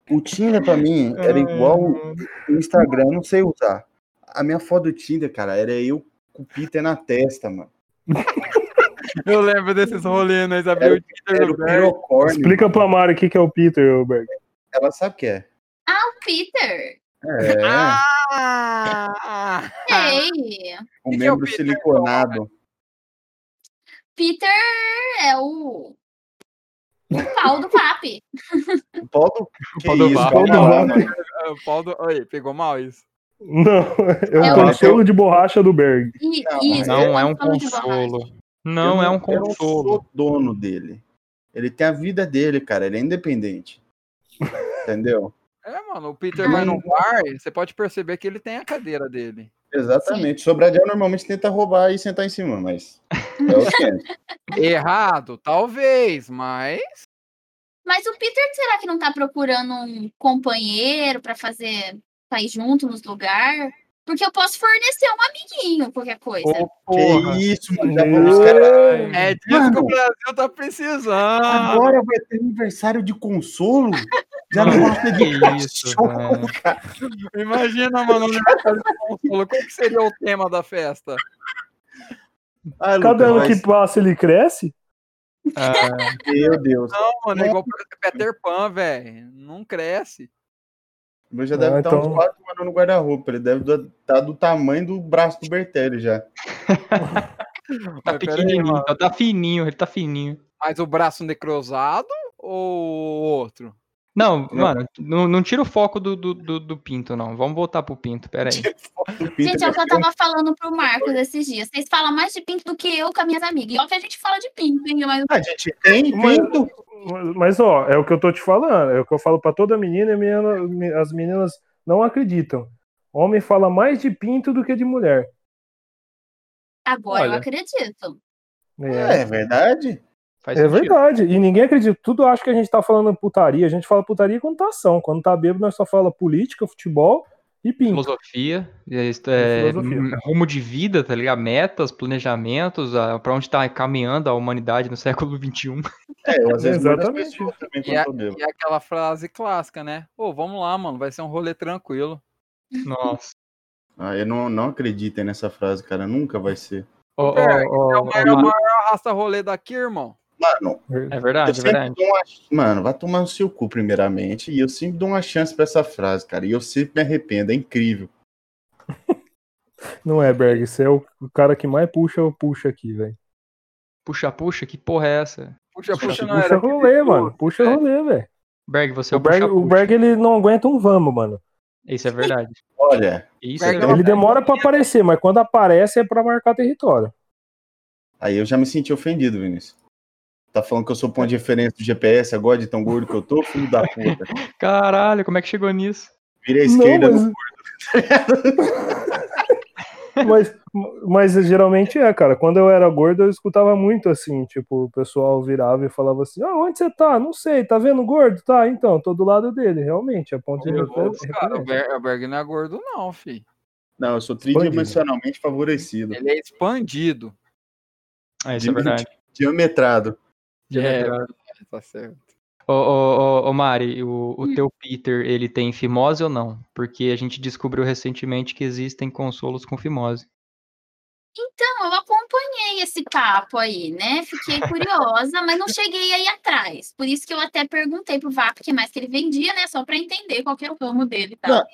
B: o Tinder pra mim era igual o Instagram, eu não sei usar. A minha foto do Tinder, cara, era eu com o Peter na testa, mano.
E: Eu lembro desses rolês, nós abrimos o Tinder
B: Era
E: do
B: o
E: Berg.
B: pirocórnio.
A: Explica pra Mari o que que é o Peter, ô, Berg.
B: Ela sabe o que é.
G: Peter,
B: É,
E: Ah!
G: ei.
B: um
E: que que é o
B: membro
E: Peter?
B: siliconado.
G: Peter é o. O pau do papi.
B: O pau do que
C: pau do
B: isso,
C: vapo.
A: Pau
B: calma
A: do
B: lá,
A: vapo.
B: mano.
E: É, o pau do- Oi, pegou mal isso?
A: Não, é
G: É
A: o
G: o-
A: consolo de borracha do Berg.
G: E-
B: Não,
G: isso,
C: Não é um
G: pau de
C: consolo.
G: borracha.
B: Eu
C: Não é um
B: eu não
C: consolo.
B: sou dono dele. Ele tem a vida dele, cara. Ele é independente. Entendeu?
E: É, mano, o Peter vai
G: Hum.
E: no bar, você pode perceber que ele tem a cadeira dele.
B: Exatamente. Sobradiel normalmente tenta roubar e sentar em cima, mas. É o que é.
E: Errado, talvez, mas.
G: Mas o Peter, será que não tá procurando um companheiro pra fazer. sair junto nos lugares? Porque eu posso fornecer um amiguinho, qualquer coisa.
C: Ô,
B: Que
C: porra.
B: isso, mano. Já vamos, cara.
E: É disso que
B: Mano.
E: o Brasil tá precisando.
B: Agora vai ter aniversário de consolo? Já
C: Mano,
B: não gosta de
C: que isso,
B: cachorro,
C: velho.
B: cara.
E: Imagina, mano, o aniversário do consolo. Qual que seria o tema da festa?
B: Ah, Lucas,
A: Cada ano
B: mas-
A: que passa ele cresce?
C: Ah,
B: Meu Deus.
E: Não, mano, é igual Peter Pan, velho. Não cresce.
B: O meu já deve
A: Ah,
B: estar
A: então-
B: uns 4 anos no guarda-roupa. Ele deve estar do tamanho do braço do Bertelli já.
C: tá
E: Mas peraí,
C: pequenininho,
E: mano.
C: tá, tá fininho, ele tá fininho.
E: Mas o braço necrosado ou o outro?
C: Não, mano, não, não tira o foco do, do, do, do pinto, não. Vamos voltar pro pinto, peraí.
B: Do Peter,
G: Gente, é o que eu tava falando pro Marcos esses dias. Vocês falam mais de pinto do que eu com as minhas amigas. E óbvio que a gente fala de pinto, hein? Mas
B: A gente tem
A: Mas-
B: pinto.
A: Mas, ó, é o que eu tô te falando, é o que eu falo pra toda menina, e a menina- me- as meninas não acreditam. Homem fala mais de pinto do que de mulher.
G: agora eu
C: Olha.
G: acredito.
A: É,
B: É verdade?
C: Faz
A: é
C: sentido.
A: verdade. E ninguém acredita. Tudo acha que a gente tá falando putaria. A gente fala putaria quando tá ação. Quando tá bêbado, nós só fala política, futebol e pinto.
C: Filosofia, é, isto é,
A: Filosofia.
C: hum, rumo de vida, tá ligado? Metas, planejamentos, a- pra onde tá caminhando a humanidade no século um. XXI.
B: É, eu às vezes mudo as
A: Exatamente.
B: pessoas também
E: E a-
B: quando tô bêbado.
E: E aquela frase clássica, né? Ô, vamos lá, mano, vai ser um rolê tranquilo.
C: Nossa.
B: Ah, eu não, não acreditem nessa frase, cara. Nunca vai ser.
C: Ô, ô,
E: Berg,
C: ô,
E: É o
C: ô,
E: maior, o maior arrasta rolê daqui, irmão.
B: Mano,
C: é
B: eu
C: verdade, é
B: sempre
C: verdade.
B: dou uma- Mano, vai tomar no seu cu, primeiramente. E eu sempre dou uma chance pra essa frase, cara. E eu sempre me arrependo. É incrível.
A: Não é, Berg. Você é o o cara que mais puxa, eu puxo aqui, velho.
C: Puxa, puxa, que porra é essa?
E: Puxa, puxa, não
A: Puxa
E: era.
A: rolê, mano. Puxa rolê, velho.
C: Berg, você é
A: O
C: o puxa,
A: Berg, o
C: puxa.
A: Berg, ele não aguenta um vamos, mano.
C: Isso é verdade.
B: Olha,
C: Isso
E: Berg
C: é
E: é
C: verdade.
E: uma-
A: Ele demora pra aparecer, mas quando aparece é pra marcar território.
B: Aí eu já me senti ofendido, Vinícius. Tá falando que eu sou ponto de referência do GPS agora, de tão gordo que eu tô, filho da puta.
C: Caralho, como é que chegou nisso?
B: Virei a esquerda.
A: Não, mas... mas, mas geralmente é, cara. Quando eu era gordo, eu escutava muito assim, tipo, o pessoal virava e falava assim, ah, onde você tá? Não sei, tá vendo o gordo? Tá, então, tô do lado dele, realmente, é ponto de
E: Ô, louco,
A: refer-
E: cara, o
A: referência.
E: Ber- o Berg não é gordo, não, filho.
B: Não, eu sou tridimensionalmente favorecido.
E: Ele é expandido.
C: Ah, isso é verdade.
B: Diametrado.
E: É, tá certo.
C: Ô, ô, ô, ô, Mari, o, o teu Peter, ele tem fimose ou não? Porque a gente descobriu recentemente que existem consolos com fimose.
G: Então, eu acompanhei esse papo aí, né? Fiquei curiosa, mas não cheguei aí atrás. Por isso que eu até perguntei pro Vap que mais que ele vendia, né? Só para entender qual que é o ramo dele, tá?
B: Não.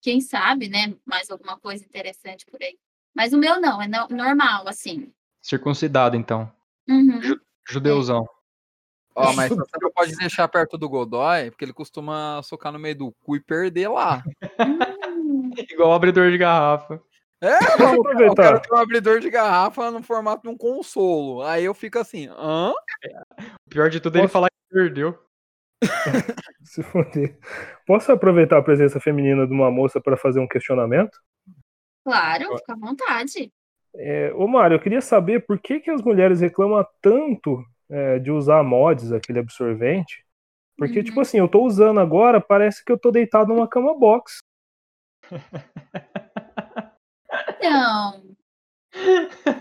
G: Quem sabe, né? Mais alguma coisa interessante por aí. Mas o meu não, é no- normal, assim.
C: Circuncidado, então.
G: Uhum.
C: Judeuzão.
E: Ó, mas você não pode deixar perto do Godoy, porque ele costuma socar no meio do cu e perder lá.
G: Hum.
C: Igual abridor de garrafa.
E: É, mano, eu
A: aproveitar.
E: quero ter um abridor de garrafa no formato de um consolo. Aí eu fico assim, hã?
C: O pior de tudo é ele
A: Posso-
C: falar que perdeu.
A: Se fuder. Posso aproveitar a presença feminina de uma moça para fazer um questionamento?
G: Claro, fica à vontade.
A: É, ô Mário, eu queria saber por que, que as mulheres reclamam tanto é, de usar mods, aquele absorvente. Porque,
G: Uhum.
A: tipo assim, eu tô usando agora, parece que eu tô deitado numa cama box.
G: Então.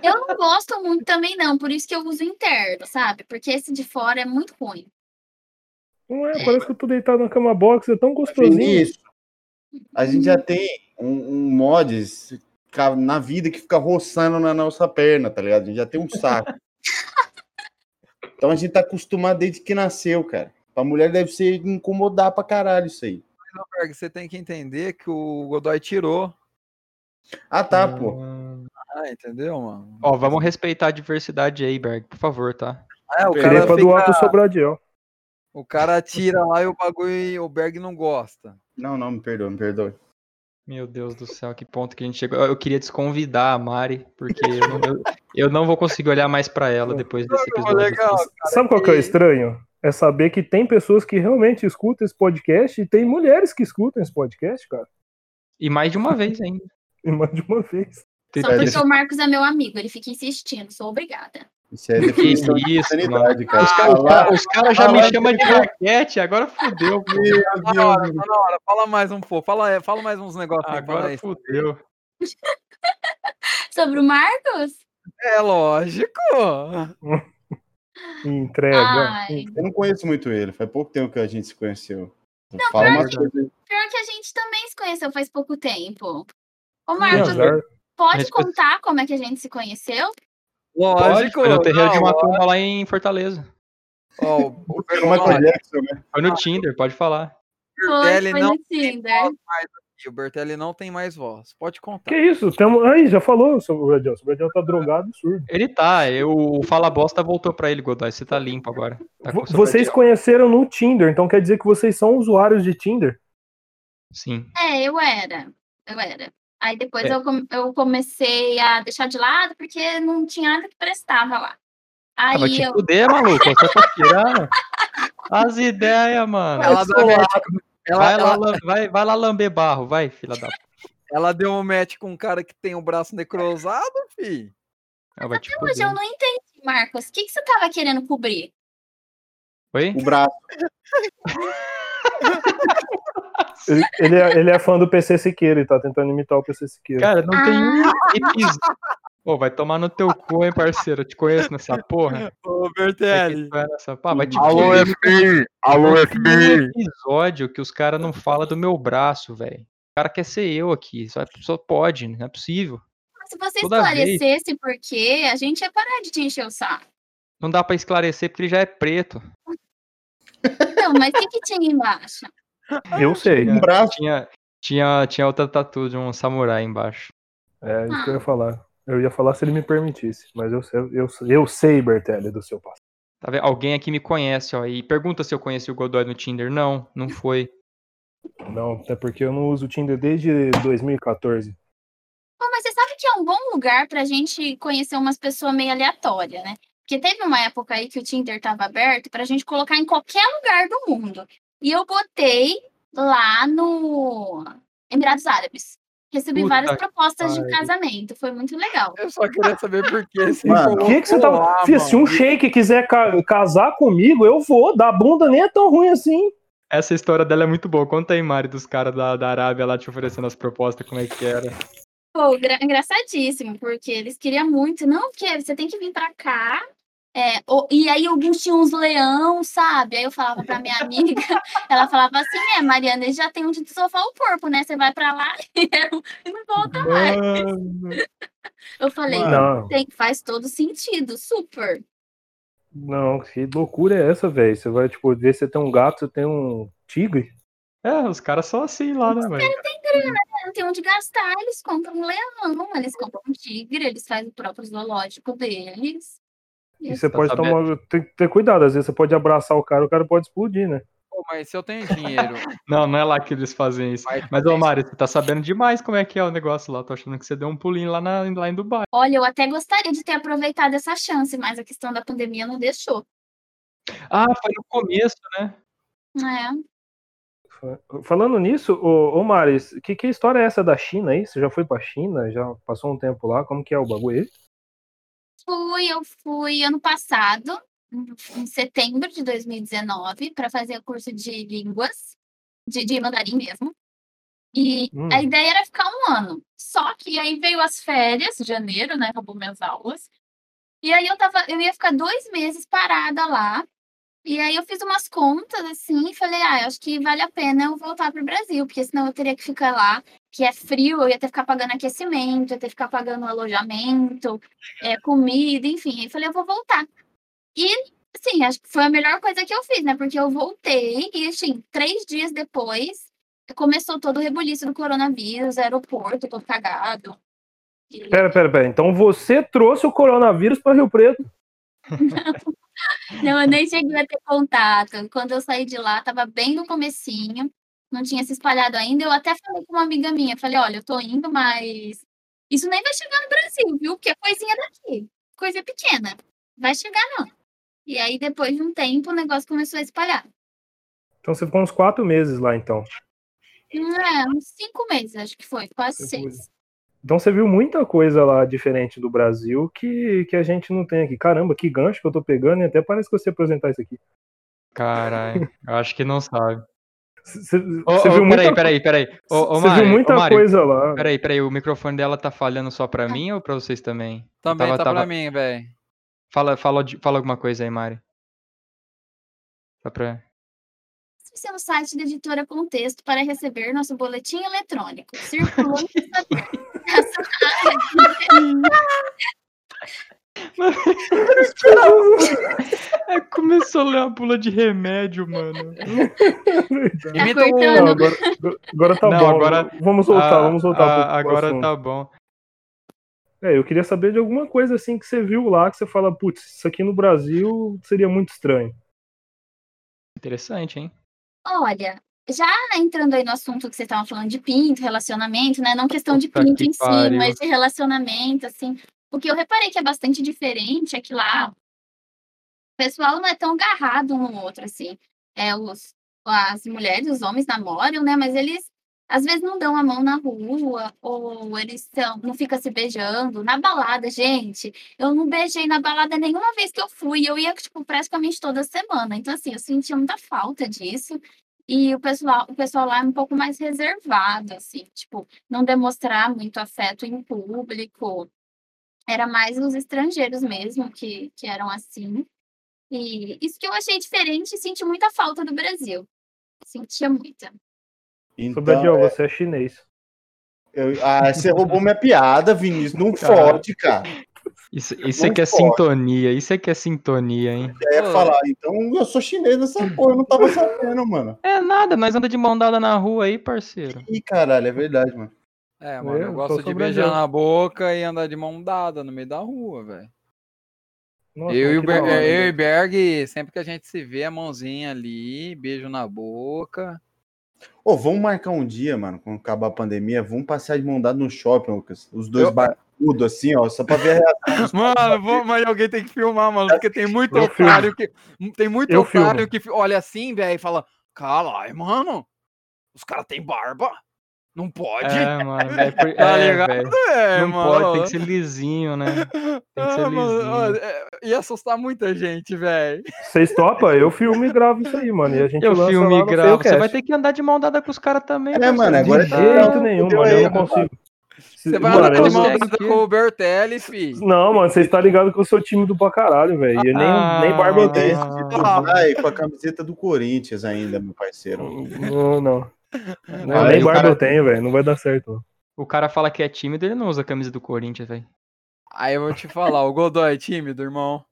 G: Eu não gosto muito também, não. Por isso que eu uso interno, sabe? Porque esse de fora é muito ruim.
A: Não é? Parece que eu tô deitado numa cama box, é tão gostosinho.
B: Vinícius, a gente
C: Hum.
B: já tem um, um mods ca- na vida que fica roçando na nossa perna, tá ligado? A gente já tem um saco. então a gente tá acostumado desde que nasceu, cara. Pra mulher deve ser incomodar pra caralho isso aí.
E: Não, Berg, você tem que entender que o Godoy tirou.
B: Ah, tá, pô.
E: Ah, entendeu, mano?
C: Ó, vamos respeitar a diversidade aí, Berg, por favor, tá?
E: É, o
A: Tirei
E: cara,
A: pra doar pro
E: fica,
A: Sobradiel.
E: o cara tira lá e o bagulho, o Berg não gosta.
B: Não, não, me perdoa, me perdoa.
C: Meu Deus do céu, que ponto que a gente chegou. Eu queria desconvidar a Mari, porque eu não, eu- eu não vou conseguir olhar mais pra ela depois desse
E: Ô,
C: episódio.
E: legal,
A: Sabe qual que é o estranho? É saber que tem pessoas que realmente escutam esse podcast e tem mulheres que escutam esse podcast, cara.
C: E mais de uma vez ainda.
A: E mais de uma vez.
G: Só
B: Pera,
G: porque
B: deixa-
G: o Marcos é meu amigo, ele fica insistindo, sou obrigada.
B: Isso é
C: Que
B: definição de
C: isso, mano. é
B: sanidade, cara.
C: Os caras
B: Falar-
C: já me
B: falar-
C: chamam de Marquete, agora fudeu.
B: Meu
E: Tá na hora, tá na hora. Fala mais um pouco. Fala, fala mais uns negócios aí. Fala
C: Agora
E: aí.
C: fudeu.
G: Sobre o Marcos?
E: É lógico.
C: É,
A: Entrega.
G: Ai.
B: Eu não conheço muito ele, faz pouco tempo que a gente se conheceu. Fala uma coisa.
G: Pior que a gente também se conheceu faz pouco tempo. Ô
A: Que
G: Marcos,
A: azar.
C: A
G: pode
C: gente-
G: contar como é que a gente se conheceu?
C: Pode,
E: Lógico.
C: foi no terreiro de
E: não,
C: uma turma lá em Fortaleza.
E: ó, o- o
B: Tem
E: Berg
B: o
E: não
B: Michael
E: gosta,
B: Jackson, né?
C: Foi no Tinder, pode falar.
G: Foi,
E: Bertelli
G: foi
E: não
G: no Tinder.
E: o Bertelli não tem mais voz. Pode
A: Que
E: contar.
A: isso? Tamo... Aí, já falou sobre o Sobradiel. O Sobradiel tá drogado, surdo.
C: Ele tá, eu, o Fala Bosta voltou pra ele, Godoy. Você tá limpo agora. Tá com
A: Vo-
C: o seu
A: Vocês
C: cartão.
A: conheceram no Tinder, então quer dizer que vocês são usuários de Tinder?
C: Sim.
G: É, eu era. Eu era. Aí depois
C: É.
G: eu, com- eu comecei a deixar de lado porque não tinha nada que prestava lá.
C: Ah, vai
G: Aí
C: te
G: eu.
C: fuder, maluco. Você tá tirando as ideias, mano.
E: Ela, dá match, ela,
C: Vai lá,
E: ela,
C: lam- vai, vai lá lamber barro, vai, filha da puta.
E: ela deu um match com um cara que tem o braço necrosado, fi.
C: Ela vai te
G: Hoje eu
C: fuder.
G: não entendi, Marcos. O que, que você tava querendo cobrir?
C: Oi?
B: O braço.
A: Ele, ele é, ele é fã do PC Siqueira, ele tá tentando imitar o PC Siqueira.
C: Cara, não tem um
G: Ah,
C: episódio. Pô, vai tomar no teu cu, hein, parceiro? Eu te conheço nessa porra.
E: Ô,
C: Vai que
E: Bertelli.
C: tu é nessa- Pá, vai te
E: Alô,
C: fuder.
E: FBI. Alô,
C: Não tem
E: FBI.
C: um episódio que os caras não falam do meu braço, velho. O cara quer ser eu aqui. Só, só pode, não é possível.
G: Ah, se você
C: toda vez.
G: esclarecesse por quê, a gente ia parar de te encher o saco.
C: Não dá pra esclarecer porque ele já é preto.
G: Então, mas o que, que tinha embaixo?
A: Eu sei.
B: Um braço.
C: Tinha, tinha, tinha outra tatu de um samurai embaixo.
A: É isso que eu ia falar. Eu ia falar se ele me permitisse, mas eu sei, eu, eu sei, Bertelli, do seu passado.
C: Tá vendo? Alguém aqui me conhece, ó. E pergunta se eu conheci o Godoy no Tinder. Não, não foi.
A: Não, até porque eu não uso o Tinder desde 2014.
G: Pô, mas você sabe que é um bom lugar pra gente conhecer umas pessoas meio aleatórias, né? Porque teve uma época aí que o Tinder tava aberto pra gente colocar em qualquer lugar do mundo. E eu botei lá no Emirados Árabes. Recebi
C: Puta
G: várias
C: que
G: propostas de
C: pariu.
G: casamento, foi muito legal.
E: Eu só queria saber por que você
B: Mano,
A: O
E: colocou
A: é que, que você tava.
E: lá,
A: Fih, se um
E: mano.
A: shake quiser ca- casar comigo, eu vou. Da bunda nem é tão ruim assim.
C: Essa história dela é muito boa. Conta aí, Mari, dos caras da, da Arábia lá te oferecendo as propostas, como é que era.
G: Pô, gra- engraçadíssimo, porque eles queriam muito. Não, porque você tem que vir pra cá. É, o- e aí alguns tinham uns leão, sabe? Aí eu falava pra minha amiga, ela falava assim, é, Mariana, eles já tem onde desofar o corpo, né? Você vai pra lá e eu não volta mais. Eu falei,
A: Não,
G: tem, faz todo sentido, super.
A: não, que loucura é essa, velho? Você vai, tipo, ver se tem um gato, você tem um tigre.
C: É, os caras são assim lá, né, velho?
G: Não tem onde gastar, eles compram um leão, eles compram um tigre, eles fazem o próprio zoológico deles.
A: E você
C: Tá
A: pode
C: sabendo.
A: tomar. Tem que ter cuidado, às vezes você pode abraçar o cara, o cara pode explodir, né?
E: Pô, mas se eu tenho dinheiro.
C: Não, não é lá que eles fazem isso.
E: mas-
C: Mas, ô, Mari, você tá sabendo demais como é que é o negócio lá. Tô achando que você deu um pulinho lá, na, lá em Dubai.
G: Olha, eu até gostaria de ter aproveitado essa chance, mas a questão da pandemia não deixou.
C: Ah, foi no começo, né?
G: É.
A: Falando nisso, ô, ô Maris, que, que história é essa da China aí? Você já foi pra China? Já passou um tempo lá? Como que é o bagulho aí?
G: Fui, eu fui ano passado, em em setembro de 2019, para fazer o curso de línguas, de, de mandarim mesmo. E
A: Hum.
G: a ideia era ficar um ano. Só que aí veio as férias, janeiro, né? Roubou minhas aulas. E aí eu tava, eu ia ficar dois meses parada lá. E aí eu fiz umas contas assim e falei, ah, eu acho que vale a pena eu voltar pro Brasil, porque senão eu teria que ficar lá, que é frio, eu ia ter que ficar pagando aquecimento, eu ia ter que ficar pagando alojamento, é, comida, enfim. Aí falei, eu vou voltar. E sim, acho que foi a melhor coisa que eu fiz, né? Porque eu voltei e, assim, três dias depois começou todo o rebuliço do coronavírus, aeroporto, todo cagado. E-
A: Pera, pera, pera. Então você trouxe o coronavírus pra Rio Preto.
G: Não, eu nem cheguei a ter contato. Quando eu saí de lá, tava bem no comecinho, não tinha se espalhado ainda. Eu até falei com uma amiga minha, falei, olha, eu tô indo, mas isso nem vai chegar no Brasil, viu? Porque é coisinha daqui, coisa pequena. Vai chegar, não. E aí, depois de um tempo, o negócio começou a espalhar.
A: Então você ficou uns quatro meses lá, então.
G: Hum, É, uns cinco meses, acho que foi, quase
A: Depois.
G: seis.
A: Então você viu muita coisa lá diferente do Brasil que, que a gente não tem aqui. Caramba, que gancho que eu tô pegando, e até parece que você apresentar isso aqui.
C: Caralho, eu acho que não sabe.
A: C- Você
C: Ô,
A: você
C: ô,
A: viu
C: peraí,
A: muita,
C: peraí, peraí. Ô, ô,
A: você
C: Mari,
A: viu muita
C: ô, Mari,
A: coisa lá.
C: Peraí, peraí, o microfone dela tá falhando só pra mim ou pra vocês também?
E: Também
C: Tava-
E: tá
C: tava-
E: pra mim, velho.
C: Fala, fala, de- fala alguma coisa aí, Mari. Só pra...
G: Acesse o site da editora Contexto para receber nosso boletim eletrônico. Circulando saber.
C: É, começou a ler uma pula de remédio, mano.
E: Imita o-
A: Não,
G: cortando.
A: agora, agora tá
C: Não,
A: bom.
C: agora-
A: vamos voltar,
C: Ah,
A: vamos voltar.
C: ah,
A: pro- pro
C: agora
A: assunto.
C: tá bom.
A: É, eu queria saber de alguma coisa assim que você viu lá, que você fala, putz, isso aqui no Brasil seria muito estranho.
C: Interessante, hein?
G: Olha, já entrando aí no assunto que você estava falando de pinto, relacionamento, né? Não questão de
C: Puta que
G: pinto em si,
C: pariu.
G: mas de relacionamento, assim. O que eu reparei que é bastante diferente é que lá o pessoal não é tão agarrado um no outro, assim. É, os, as mulheres, os homens namoram, né? Mas eles às vezes não dão a mão na rua, ou eles são, não ficam se beijando. Na balada, gente, eu não beijei na balada nenhuma vez que eu fui. Eu ia, tipo, praticamente toda semana. Então, assim, eu sentia muita falta disso. E o pessoal, o pessoal lá é um pouco mais reservado, assim, tipo, não demonstrar muito afeto em público. Era mais os estrangeiros mesmo que, que eram assim. E isso que eu achei diferente e senti muita falta do Brasil. Sentia muita.
A: Então,
B: Então,
A: você é chinês.
B: eu- ah, você roubou minha piada, Vinícius. Não
C: Caralho.
B: fode, cara.
C: Isso, isso é
B: Não
C: que é
B: pode.
C: sintonia, isso é que é sintonia, hein?
B: Eu ia
E: Pô.
B: falar, então eu sou chinês nessa porra, eu não tava sabendo, mano.
C: É nada, nós andamos de mão dada na rua aí, parceiro.
B: Ih, caralho, é verdade, mano.
E: É, mano,
A: Eu
E: eu
A: sou
E: gosto de
A: sobrevivente.
E: beijar na boca e andar de mão dada no meio da rua, velho.
A: Nossa,
E: Eu, e o
A: que
E: Ber- é,
A: da hora, né?
E: eu e
A: velho.
E: o Berg, sempre que a gente se vê, a mãozinha ali, beijo na boca.
B: Ô, vamos marcar um dia, mano, quando acabar a pandemia, vamos passear de mão dada no shopping, Lucas. Os dois
E: Eu-
B: ba- tudo, assim, ó, só pra ver a reação.
E: Mano, vou- mas alguém tem que filmar, mano, porque tem muito
A: Eu
E: otário que. Tem muito
A: Eu
E: otário
A: filmo.
E: que fi- olha assim, velho, e fala: Caralho, mano, os caras têm barba. Não pode.
C: É, mano. É, por-
E: Tá
C: é,
E: ligado?
C: velho.
E: É,
C: Não
E: mano.
C: pode, tem que ser lisinho, né? tem que ser
E: Ah, mano,
C: lisinho.
E: ó, é- Ia assustar muita gente, velho.
A: Vocês topam? Eu filmo e gravo isso aí, mano. E a gente
C: Eu
A: lança
C: filme
A: lá
C: e
A: no
C: gravo. Você
A: Failcast.
C: vai ter que andar de mão dada com os caras também.
B: É,
C: parceiro.
B: mano, agora-
A: De
E: tá-
A: jeito
B: Ah,
A: nenhum,
B: fudeu
A: mano.
B: aí,
A: Eu não consigo.
E: Você vai
A: Mano,
E: andar de
A: eu- assim.
E: mão
C: eu-
E: dada com o Bertelli, fi.
A: Não, mano, vocês tá ligado que eu sou tímido pra caralho, velho. E eu nem, nem
C: Ah,
A: barba eu
B: Meu
A: tenho.
B: Deus, tu vai com a camiseta do Corinthians ainda, meu parceiro.
A: Não, não.
C: Ah,
A: nem
C: e o
A: barba
C: cara-
A: eu tenho, velho. Não vai dar certo. não.
C: O cara fala que é tímido, ele não usa a camisa do Corinthians, velho.
E: Aí eu vou te falar, o Godoy é tímido, irmão.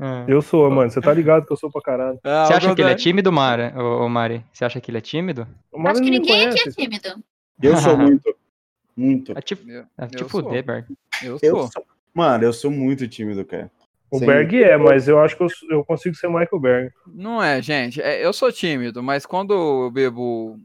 C: É.
A: Eu sou,
B: Então.
A: mano. Você tá ligado que eu sou pra caralho.
E: Ah,
C: Você
E: o
C: acha que ele é
E: Godoy-
C: tímido, Mara? Ô, ô, Mari, você acha que ele é tímido?
A: O mano
G: Acho que
A: me
G: ninguém aqui é
A: conhece. assim.
G: tímido.
B: Eu sou muito. Muito.
C: É tipo,
E: Eu-
C: é tipo
E: sou.
C: o Deber.
E: Eu
B: Eu
E: sou.
B: sou- Mano, eu sou muito tímido, cara.
A: O
B: Sim.
A: Berg é, mas eu acho que eu, eu consigo ser Michael Berg.
E: Não é, gente. É, eu sou tímido, mas quando eu bebo,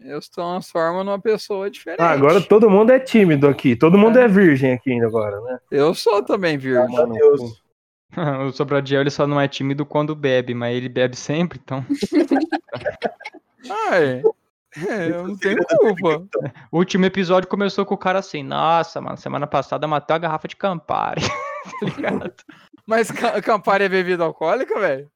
E: eu se transformo numa pessoa diferente.
A: Ah, agora todo mundo é tímido aqui. Todo mundo é virgem aqui ainda agora, né?
E: Eu sou também virgem.
A: Mano,
B: Deus.
C: o Sobradiel ele só não é tímido quando bebe, mas ele bebe sempre, então.
E: Ai, é, eu não tenho culpa.
C: O último episódio começou com o cara assim: Nossa, mano, semana passada matou a garrafa de Campari. Tá ligado?
E: Mas Ca- Campari é bebida alcoólica, velho?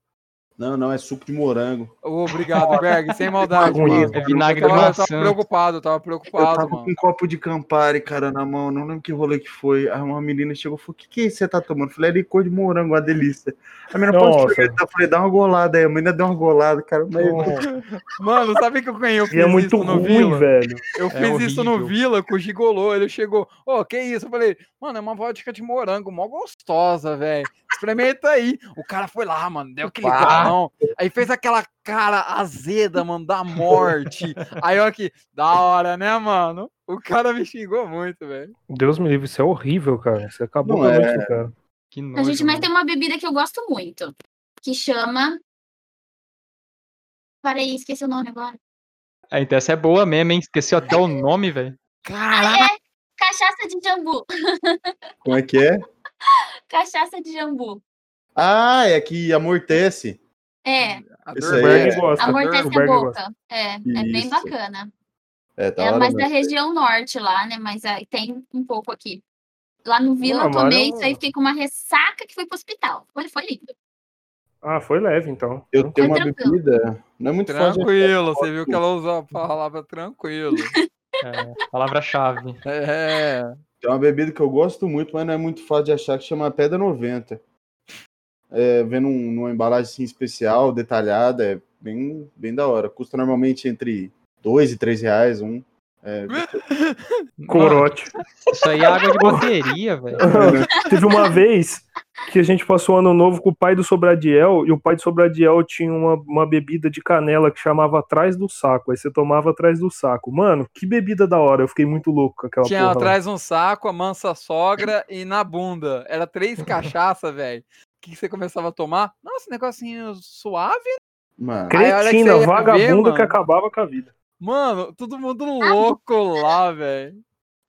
B: Não, não, é suco de morango.
E: Ô, Obrigado, Berg. Sem maldade,
A: Ruim,
E: mano.
C: É vinagre
E: Eu
C: da
E: tava, eu tava
C: maçã.
E: preocupado, eu tava
B: eu
E: preocupado,
B: tava com
E: mano.
B: um copo de Campari, cara, na mão. Não lembro que rolê que foi. Aí uma menina chegou e falou: O que, que é isso que você tá tomando? Eu falei: É licor de morango, uma delícia. A menina
A: Nossa.
B: pode experimentar. Eu falei: Dá uma golada aí. A menina deu uma golada, cara. Mas
E: Mano, sabe que eu ganhei? Eu fiz
A: Então, E é muito
E: isso no
A: ruim,
E: Vila.
A: velho.
E: Eu
C: É
E: fiz isso no
C: horrível.
E: Vila com o Gigolô. Ele chegou, ô, que isso? Eu falei, mano, é uma vodka de morango, mó gostosa, velho. Experimenta aí. O cara foi lá, mano, deu aquele golão. Aí fez aquela cara azeda, mano, da morte. aí eu aqui, da hora, né, mano? O cara me xingou muito, velho.
A: Deus me livre, isso é horrível, cara. Você acabou
B: Não
A: com a
B: é.
A: noite do cara.
C: Que
G: A
C: nojo,
D: então
G: gente, mas
C: mano.
G: tem uma bebida que eu gosto muito, que chama... Parei, esqueci o nome agora. um
C: Ah, Então essa é boa mesmo, hein? Esqueceu até o nome, velho.
E: Caraca,
G: Cachaça de jambu.
B: como é que é?
G: Cachaça de jambu.
B: Ah, é que amortece.
G: É,
B: Isso
A: O
B: aí
A: Berg
B: é-
A: gosta.
G: amortece
A: o
G: a
A: Berg gosta.
G: boca. É, é bem
B: Isso.
G: bacana.
B: É, tá
G: É
B: hora,
G: mais
B: né?
G: da região norte lá, né? Mas aí tem um pouco aqui. Lá no Vila
A: Ah,
G: eu
A: mas
G: tomei
A: eu-
G: isso aí, fiquei com uma ressaca que fui pro hospital. Foi, foi lindo.
A: Ah, foi leve, então.
B: Eu tenho uma
G: tranquilo.
B: bebida. Não é muito fácil.
E: tranquilo. Você viu que ela usou a palavra tranquilo.
C: É, palavra-chave.
E: É.
B: Tem uma bebida que eu gosto muito, mas não é muito fácil de achar, que chama Pedra 90. É, vendo um- numa embalagem assim, especial, detalhada, é bem, bem da hora. Custa normalmente entre 2 e 3 reais, um. É,
A: Corote.
C: Isso aí é água de bateria, velho.
A: Teve uma vez que a gente passou ano novo com o pai do Sobradiel, e o pai do Sobradiel tinha uma, uma bebida de canela que chamava Atrás do Saco. Aí você tomava Atrás do Saco. Mano, que bebida da hora. Eu fiquei muito louco com aquela
E: Tinha
A: porra. lá.
E: atrás um saco, a mansa sogra e na bunda. Era três cachaça, velho. O que, que você começava a tomar? Nossa, um negocinho suave.
B: mano,
E: Aí a hora que
A: Cretina,
E: você ia ver,
A: vagabundo que
E: mano.
A: acabava com a vida.
E: Mano, todo mundo
A: Ah,
E: louco lá, velho.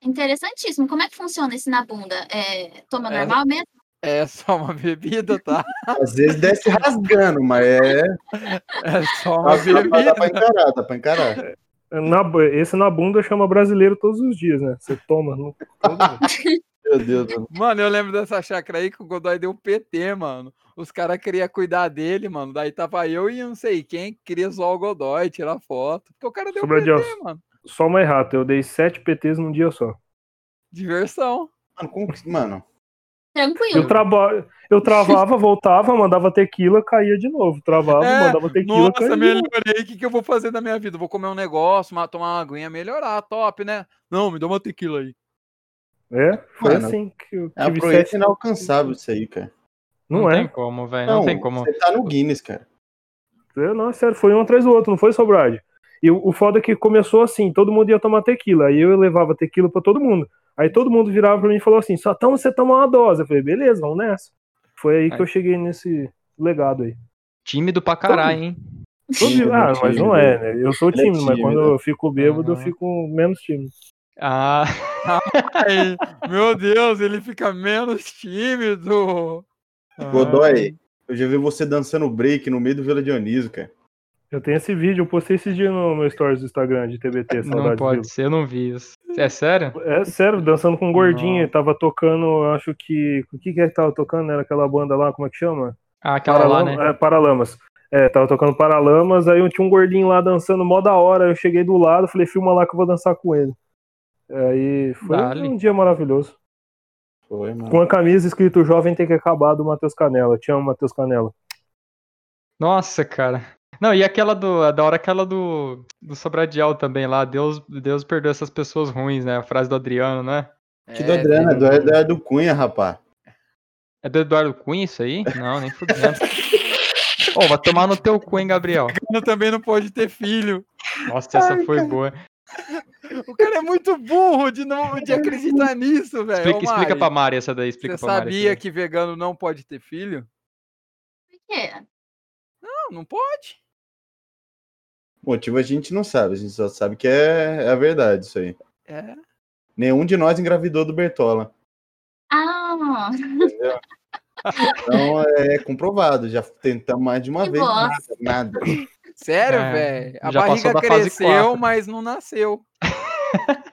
G: Interessantíssimo. Como é que funciona esse na bunda? É, toma
E: É,
G: normal mesmo?
E: É só uma bebida, tá?
B: às vezes desce rasgando, mas é.
E: É só uma
B: Dá pra- dá pra
E: bebida.
B: encarar, dá pra encarar.
A: Na, esse na bunda chama brasileiro todos os dias, né? Você toma. No, todo dia.
B: Meu Deus, mano.
E: Mano, eu lembro dessa chácara aí que o Godoy deu PT, mano. Os caras queriam cuidar dele, mano. Daí tava eu e não sei quem que queria zoar o Godoy, tirar foto. Porque o cara deu
A: Sobradiel.
E: PT, mano.
A: só uma errata. Eu dei sete PTs num dia só.
E: Diversão.
B: Mano, como que- mano,
A: Eu,
G: Tranquilo.
A: traba... eu travava, voltava, mandava tequila, caía de novo. Travava,
E: É,
A: mandava tequila,
E: Nossa,
A: caía.
E: melhorei. O que, que eu vou fazer da minha vida? Vou comer um negócio, ma- tomar uma aguinha, melhorar, top, né? Não, me dá uma tequila aí.
A: É, foi
B: Mano,
A: assim que eu
B: é uma
A: tive
B: proeza
A: sete.
B: inalcançável isso aí, cara.
A: Não,
C: tem
A: é?
C: como, velho. Não, tem como.
B: Você tá no Guinness, cara.
A: Eu, não, é sério, foi um atrás do outro, não foi só Brad. E o, o foda é que começou assim, todo mundo ia tomar tequila, aí eu levava tequila pra todo mundo. Aí todo mundo virava pra mim e falou assim, só toma você tomar uma dose. Eu falei, beleza, vamos nessa. Foi aí que
C: Aí.
A: eu cheguei nesse legado aí.
C: Tímido pra caralho, hein?
B: Tímido,
A: ah, mas
B: tímido.
A: não é, né? Eu sou
B: Ele é
A: tímido, mas quando
B: tímido.
A: eu fico bêbado, eu
C: Aham.
A: fico menos tímido.
C: Ah,
E: Ai, meu Deus, ele fica menos tímido.
A: Ah.
F: Godoy, eu já vi você dançando break no meio do Vila Dionísio, cara.
A: Eu tenho esse vídeo, eu postei esse dia no meu stories do Instagram de TBT, saudade
D: Não pode ser, eu não vi isso. É sério?
A: É sério, dançando com um gordinho, tava tocando, eu acho que. O que que é que tava tocando? Era aquela banda lá, como é que chama?
D: Ah, aquela lá, né?
A: é, Paralamas. É, tava tocando Paralamas, aí eu tinha um gordinho lá dançando mó da hora, eu cheguei do lado, falei, filma lá que eu vou dançar com ele. Aí foi
D: Dale.
A: um dia maravilhoso.
F: Foi, mano.
A: Com a camisa escrito Jovem Tem Que Acabar do Matheus Canela. Te amo, Matheus Canela.
D: Nossa, cara. Não, e aquela do.
C: é
D: a Da hora aquela do, do Sobradial também lá. Deus, Deus perdoa essas pessoas ruins, né? A frase do Adriano, né?
F: Que do Adriano, é do Eduardo Cunha, rapaz.
D: É do Eduardo Cunha isso aí? Não, nem fudendo. Ô, vai tomar no teu cu, hein, Gabriel?
E: Adriano também não pode ter filho.
D: Nossa, essa foi boa.
E: O cara é muito burro de não de acreditar nisso, velho.
D: Explica,
E: Ô,
D: explica
E: Mari,
D: pra É, Mari essa daí, explica
E: Você
D: pra Mari.
E: sabia que vegano não pode ter filho?
G: Por quê?
E: Não, não pode.
F: Motivo a gente não sabe, a gente só sabe que é, é a verdade isso aí.
E: É.
F: Nenhum de nós engravidou do Bertola.
G: Ah,
F: Então é comprovado, já tentamos mais de uma
G: Que
F: vez. Nada,
G: bosta.
F: nada.
E: Sério,
D: É,
E: velho. A
D: já passou
E: barriga
D: da fase
E: cresceu,
D: quatro.
E: mas não nasceu.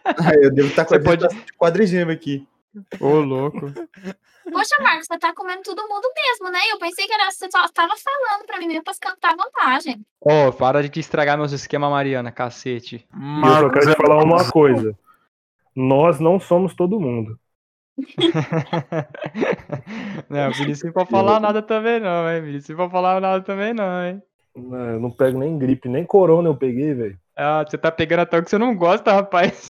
F: Ah, eu devo estar com a
D: Você pode-
F: disfunção de quadrigema aqui.
D: Ô, louco.
G: poxa, Marcos, você tá comendo todo mundo mesmo, né? Eu pensei que era, você só tava falando pra mim mesmo pra cantar vantagem.
D: Ô, para de estragar meus esquemas, Mariana, cacete.
A: E eu só quero te
E: Marcos,
A: falar uma coisa. Nós não somos todo mundo.
D: não, o Vinícius não pode falar nada também, não, hein? Vinícius não pode falar nada também, não, hein?
A: É, Eu não pego nem gripe, nem corona eu peguei, velho.
D: Ah, você tá pegando até o que você não gosta, rapaz.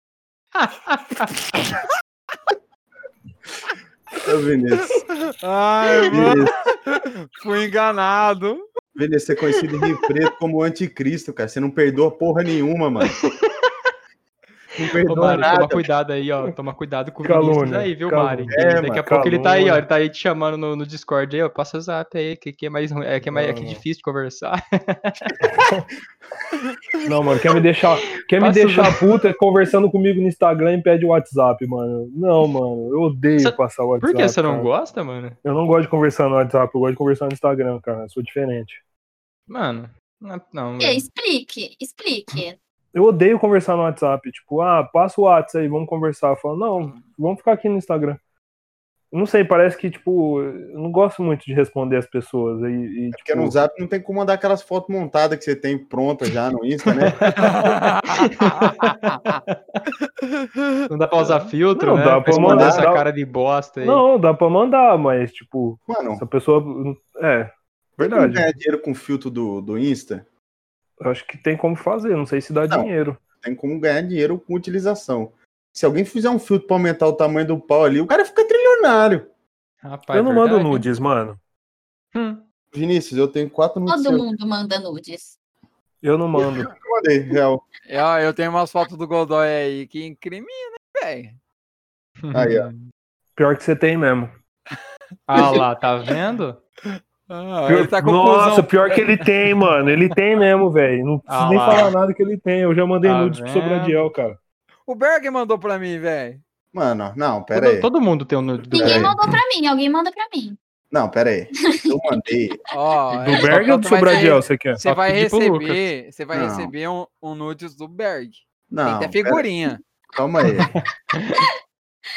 F: Ô, Vinícius.
E: Ai, mano,
F: Vinícius,
E: fui enganado.
F: Vinícius, você é conhecido em Rio Preto como o anticristo, cara. Você não perdoa porra nenhuma, mano. Não
D: Ô,
F: perdoa
D: Mari, toma
F: nada.
D: cuidado aí, ó. Toma cuidado com o
A: Calúnia,
D: Vinícius aí, viu, Mari?
A: calúnia.
D: Que
F: É,
D: daqui a
F: mano,
D: pouco ele tá aí, ó.
A: calúnia.
D: Ele tá aí te chamando no, no Discord aí, ó. Passa o zap aí, que, que é mais ruim. É que é, mais, é que é difícil de conversar.
A: Não, mano, quer me deixar, quer me
D: Passa
A: deixar puto é conversando comigo no Instagram e pede o WhatsApp, mano. Não, mano, eu odeio
D: Você-
A: passar o WhatsApp.
D: Por que você não
A: cara.
D: gosta, mano?
A: Eu não gosto de conversar no WhatsApp, eu gosto de conversar no Instagram, cara. Eu sou diferente.
D: Mano, não, não
B: Hum.
G: E aí,
D: velho.
G: explique, explique.
A: Eu odeio conversar no WhatsApp. Tipo, ah, passa o WhatsApp aí, vamos conversar. Eu falo, não, vamos ficar aqui no Instagram. Não sei, parece que, tipo, eu não gosto muito de responder as pessoas. E,
D: É
A: e,
F: Porque
A: tipo,
F: no Zap não tem como mandar aquelas fotos montadas que você tem pronta já no Insta, né?
D: não dá pra usar filtro,
A: Não
D: né?
A: dá pra
D: esconder
A: mandar,
D: essa
A: dá-
D: cara de bosta aí.
A: Não, dá pra mandar, mas, tipo,
F: Mano,
A: essa pessoa. É,
F: tem como
A: verdade.
F: ganhar dinheiro com filtro do, do Insta?
A: eu acho que tem como fazer, não sei se dá
F: Não.
A: dinheiro.
F: Tem como ganhar dinheiro com utilização. Se alguém fizer um filtro pra aumentar o tamanho do pau ali, o cara fica trilionário.
D: Rapaz,
A: eu não
D: verdade.
A: mando nudes, mano.
D: Hum.
F: Vinícius, eu tenho quatro nudes
G: Todo
F: seus.
G: mundo manda nudes.
A: Eu não mando.
F: Eu mandei, real.
E: É, ó, eu tenho umas fotos do Godoy aí que incrimina, hein, velho.
F: Aí, ó.
A: Pior que você tem mesmo.
D: Ah lá, tá vendo?
E: Ah,
A: Pior-
E: ele tá com o
A: Nossa,
E: cuzão-
A: pior que ele tem, mano. Ele tem mesmo, velho. Não preciso
D: Ah
A: nem
D: lá.
A: falar nada que ele tem. Eu já mandei
E: Ah,
D: Tá
E: né?
A: nudes pro
D: vendo?
A: Sobradiel, cara.
E: O Berg mandou pra mim, velho.
F: Mano, não, pera
D: Todo,
F: aí.
D: todo mundo tem um nude
B: É.
D: do
G: Ninguém
F: Peraí.
G: mandou pra mim, alguém manda pra mim.
F: Não, pera aí. Eu mandei.
E: Ó,
A: Do
E: é,
A: Berg ou do Tá
E: mas aí
A: Sobradiel, você quer?
E: Você
D: Só
E: vai
D: pedir pro
E: receber, você vai
F: Não.
E: receber um, um nudes do Berg. Tem
F: Não,
E: até
F: pera-
E: figurinha.
F: calma aí.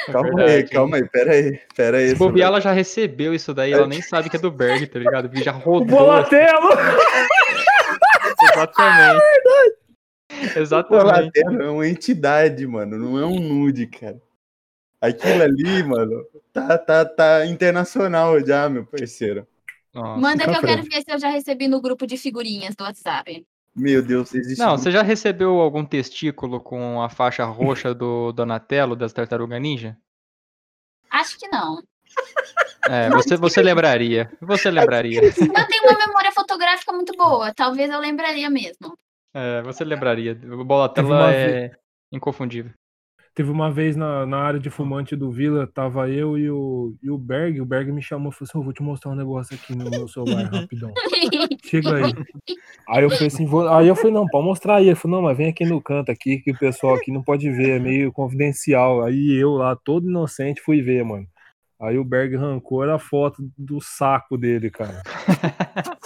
F: Calma aí,
D: É Verdade.
F: calma aí, pera aí. Pera aí.
D: Se bobear, ela já recebeu isso daí, ela nem sabe que é do Berg, tá ligado? Porque já rodou.
A: Bolatelo!
D: Exatamente. Exatamente.
F: Boladelo é uma entidade, mano. Não é um nude, cara. Aquilo ali, mano, tá, tá, tá internacional já, meu parceiro.
D: Nossa.
G: Manda que
A: na
G: eu quero ver se eu já recebi no grupo de figurinhas do WhatsApp.
F: Meu Deus, existe.
D: Não, você já recebeu algum testículo com a faixa roxa do Donatello das Tartaruga Ninja?
G: Acho que não.
D: É, você, você lembraria. Você lembraria.
G: Eu tenho uma memória fotográfica muito boa, talvez eu lembraria mesmo.
D: É, você lembraria. O
A: Teve uma
D: Bolatela é inconfundível.
A: Teve uma vez na, na área de fumante do Vila, tava eu e o, e o Berg. O Berg me chamou e falou assim: "Ô, vou te mostrar um negócio aqui no meu celular, rapidão. Chega aí. Aí eu falei assim: vou... aí eu falei, não, pode mostrar aí. Ele falou: não, mas vem aqui no canto aqui, que o pessoal aqui não pode ver, é meio confidencial. Aí eu lá, todo inocente, fui ver, mano. Aí o Berg arrancou era a foto do saco dele, cara.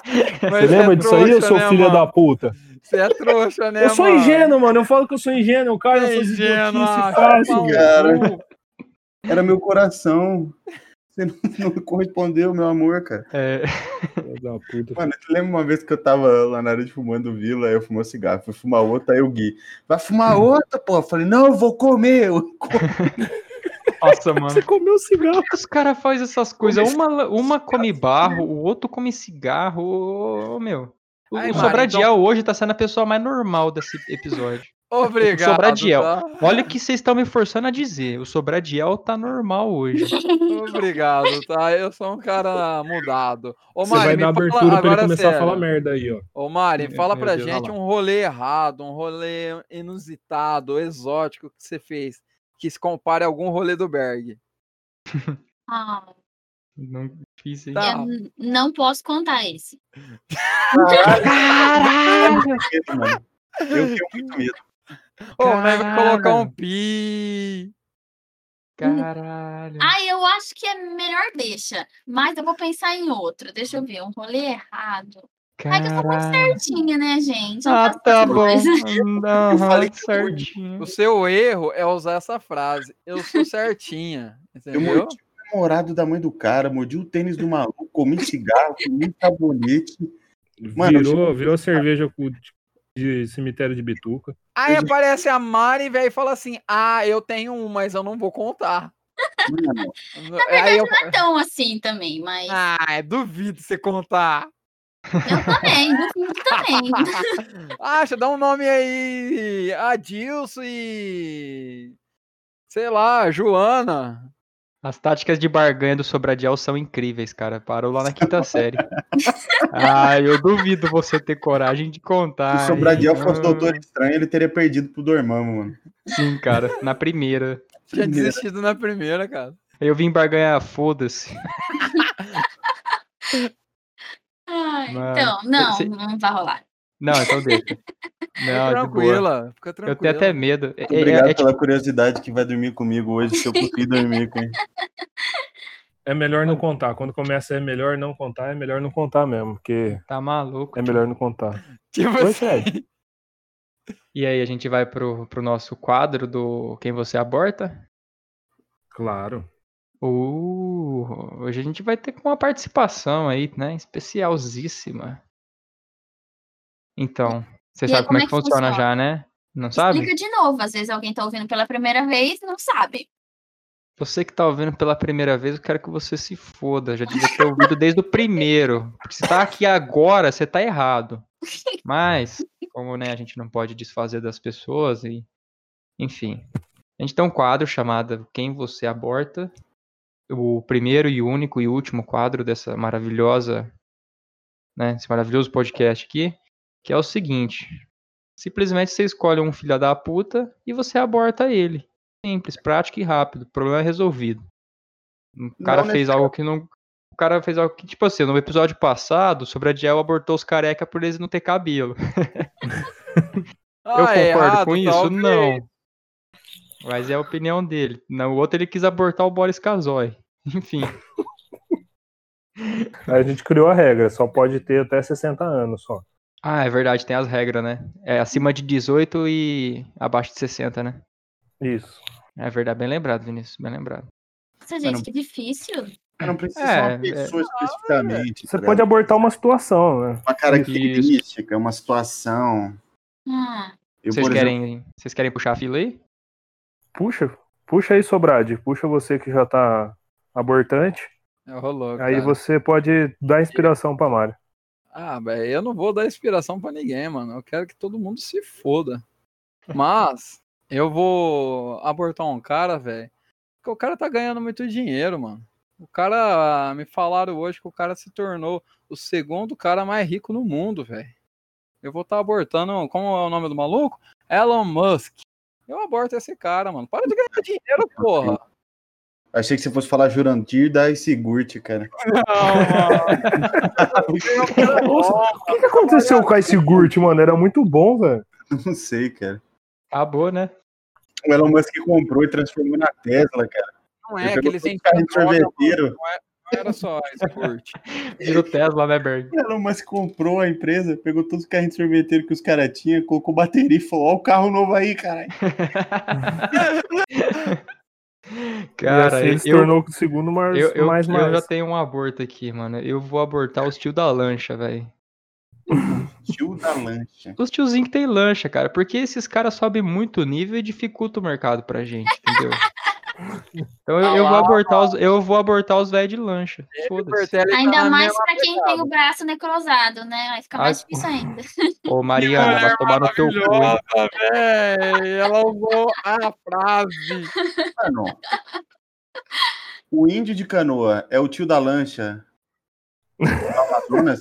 A: Você
E: é
A: lembra disso aí, eu sou filho da puta?
E: Você é trouxa, né?
A: eu sou
E: mano?
A: ingênuo, mano. Eu falo que eu sou ingênuo, cara.
E: É
A: eu sou
E: ingênuo, ah,
A: fácil,
E: calma.
A: cara.
F: Era meu coração. Você não, não correspondeu, meu amor, cara.
C: É,
A: Filho da puta.
F: Mano, eu lembro uma vez que eu tava lá na área de fumando vila, aí eu fumei um cigarro, fui fumar outro, aí o Gui. Vai
D: Hum.
F: fumar outra, pô. Eu falei, não, eu vou comer. Eu comi.
C: nossa, mano.
A: Você comeu cigarro.
C: Por que os caras fazem essas coisas? Uma, uma come barro, o outro come cigarro. Ô, meu. O,
E: Ai,
C: o
E: Mari,
C: Sobradiel hoje tá sendo a pessoa mais normal desse episódio.
E: Obrigado.
C: Sobradiel.
E: tá?
C: Olha o que vocês estão me forçando a dizer. O Sobradiel tá normal hoje.
E: Obrigado, tá? Eu sou um cara mudado. Ô,
A: Você vai
E: me
A: dar
E: fala
A: abertura pra ele
E: agora
A: começar a
E: sério.
A: falar merda aí, ó.
E: Ô, Mari,
C: É,
E: fala
C: meu
E: pra
C: Deus,
E: gente
C: olha
E: um rolê errado, um rolê inusitado, exótico que você fez, que se compare a algum rolê do Berg.
G: Ah,
C: Não fiz hein?
E: Tá.
G: eu n- não posso contar esse.
F: mano. Eu tenho muito medo.
E: Ô, mas vai colocar um
C: Caralho.
E: pi.
C: Caralho.
G: Ah, eu acho que é melhor deixa. Mas eu vou pensar em outro. Deixa eu ver. Um rolê errado. Ai, que eu sou muito
C: Caralho.
G: certinha, né, gente? Eu
C: Ah,
G: faço
C: tá
G: essas
C: bom.
G: coisas.
C: Não,
F: falei que eu mordi.
C: certinho.
E: O seu erro é usar essa frase. Eu sou certinha.
F: Eu
E: Entendeu?
F: mordi o namorado da mãe do cara, mordi o tênis do maluco, comi cigarro, comi sabonete. Mano, eu
A: virou,
F: sou-
A: virou cerveja com- de cemitério de bituca.
E: Aí
F: Eu já-
E: aparece a Mari, velho, e fala assim: Ah, eu tenho um, mas eu não vou contar.
F: Mano,
E: Aí eu...
G: Então, assim também, mas
E: Ah, duvido você contar.
G: eu também, no fundo também.
E: Ah, deixa eu dar um nome aí. Adilson e. Sei lá, Joana.
C: As táticas de barganha do Sobradiel são incríveis, cara. Parou lá na quinta série. ah, eu duvido você ter coragem de contar.
F: se o Sobradiel
C: hein?
F: fosse
C: Ah,
F: doutor estranho, ele teria perdido pro Dormammu, mano.
C: Sim, cara, na primeira.
E: Tinha
F: Primeira.
E: desistido na primeira, cara.
C: Eu vim barganhar, foda-se.
G: Ai,
C: Mano,
G: então, não,
C: cê-
G: não vai rolar.
C: Não, então deixa. Não,
E: Fica
C: É, de boa.
E: tranquila, fica
C: Eu
E: tranquila.
C: tenho até medo. É, é-
F: Obrigado
C: é tipo-
F: pela curiosidade que vai dormir comigo hoje, se eu conseguir dormir com ele.
A: É melhor não contar. Quando começa é melhor não contar, é melhor não contar mesmo, porque
C: Tá maluco.
A: é melhor não contar. é.
E: Tipo
A: Oi,
E: assim,
A: Fred.
C: E aí, a gente vai pro, pro nosso quadro do Quem Você Aborta?
A: Claro.
C: Uh, hoje a gente vai ter com uma participação aí, né? Especialzíssima. Então, você
G: E aí,
C: sabe como
G: como
C: é
G: é
C: que
G: que
C: funciona,
G: funciona?
C: já, né? Não sabe?
G: Explica de novo, às vezes alguém tá ouvindo pela primeira vez e não sabe.
C: Você que tá ouvindo pela primeira vez, eu quero que você se foda. Já devia ter ouvido desde o primeiro. Porque se tá aqui agora, você tá errado. Mas, como né, a gente não pode desfazer das pessoas e. Enfim. A gente tem um quadro chamado Quem Você Aborta. O primeiro e único e último quadro dessa maravilhosa. Né, esse maravilhoso podcast aqui. Que é o seguinte. Simplesmente você escolhe um filho da puta e você aborta ele simples, prático e rápido. O problema é resolvido. O cara fez algo que não. O cara fez algo que, tipo assim, no episódio passado, sobre a Gel abortou os careca por eles não ter cabelo.
E: ah,
C: eu
E: é
C: concordo
E: errado,
C: com isso?
E: talvez.
C: Não. Mas é a opinião dele. No outro, ele quis abortar o Boris Casoy. Enfim.
A: Aí a gente criou a regra, só pode ter até 60 anos só.
C: Ah, é verdade, tem as regras, né? É acima de 18 e abaixo de 60, né?
A: Isso.
C: É verdade, bem lembrado, Vinícius, bem lembrado.
G: Nossa, gente, que difícil.
F: Eu não precisa
C: É,
F: ser uma pessoa especificamente.
A: Você
F: tá
A: pode
F: ligado?
A: abortar uma situação, né?
F: uma característica, é uma situação.
G: Hum,
F: Eu,
C: Vocês
F: por exemplo,
C: querem, vocês querem puxar a fila aí?
A: Puxa, puxa aí, Sobrade. Puxa você que já tá abortante.
E: É, Rolou,
A: Aí
D: Tá
E: cara.
A: você pode dar inspiração pra Mário.
E: Ah, velho, eu não vou dar inspiração pra ninguém, mano. Eu quero que todo mundo se foda. Mas eu vou abortar um cara, velho. Porque o cara tá ganhando muito dinheiro, mano. O cara, me falaram hoje que o cara se tornou o segundo cara mais rico no tá mundo, velho. Eu vou estar abortando, como é o nome do maluco? Elon Musk. Eu aborto esse cara, mano. Para de ganhar dinheiro, porra.
B: Achei que você fosse falar Jurandir da Isigurte, cara.
A: Nossa, o que,
D: Tá
A: que aconteceu com esse Gurt, mano? Era muito bom, velho.
B: Não sei, cara.
D: Acabou, né?
B: O Elon Musk comprou e transformou na Tesla, cara.
E: Não
B: Ele
E: é
B: pegou
E: aqueles
B: todo o carrinho de sorveteiro.
E: Não era só Squirt.
D: Virou Tesla, né, Berg?
B: O Elon Musk comprou a empresa, pegou todos os carrinhos de sorveteiro que os caras tinham, colocou bateria e falou: Ó, o carro novo aí, caralho.
A: e
D: Cara,
A: assim ele se
D: eu,
A: tornou o segundo mais
D: eu, eu,
A: mais.
D: eu
A: mais.
D: já tenho um aborto aqui, mano. Eu vou abortar os tio da lancha, velho.
B: Tio da lancha.
D: Os tiozinhos que tem lancha, cara. Porque esses caras sobem muito o nível e dificulta o mercado pra gente, entendeu? Então eu, eu
B: Ah,
D: vou abortar os, eu vou abortar os velhos de lancha. Foda-se.
G: Ainda mais pra quem tem o braço necrosado, né? Aí fica mais
D: Ah,
G: difícil ainda.
D: Ô, Mariana, vai tomar no teu cu. hein?
E: É, Ela usou a frase.
B: Mano, O índio de canoa é o tio da lancha. Amazonas?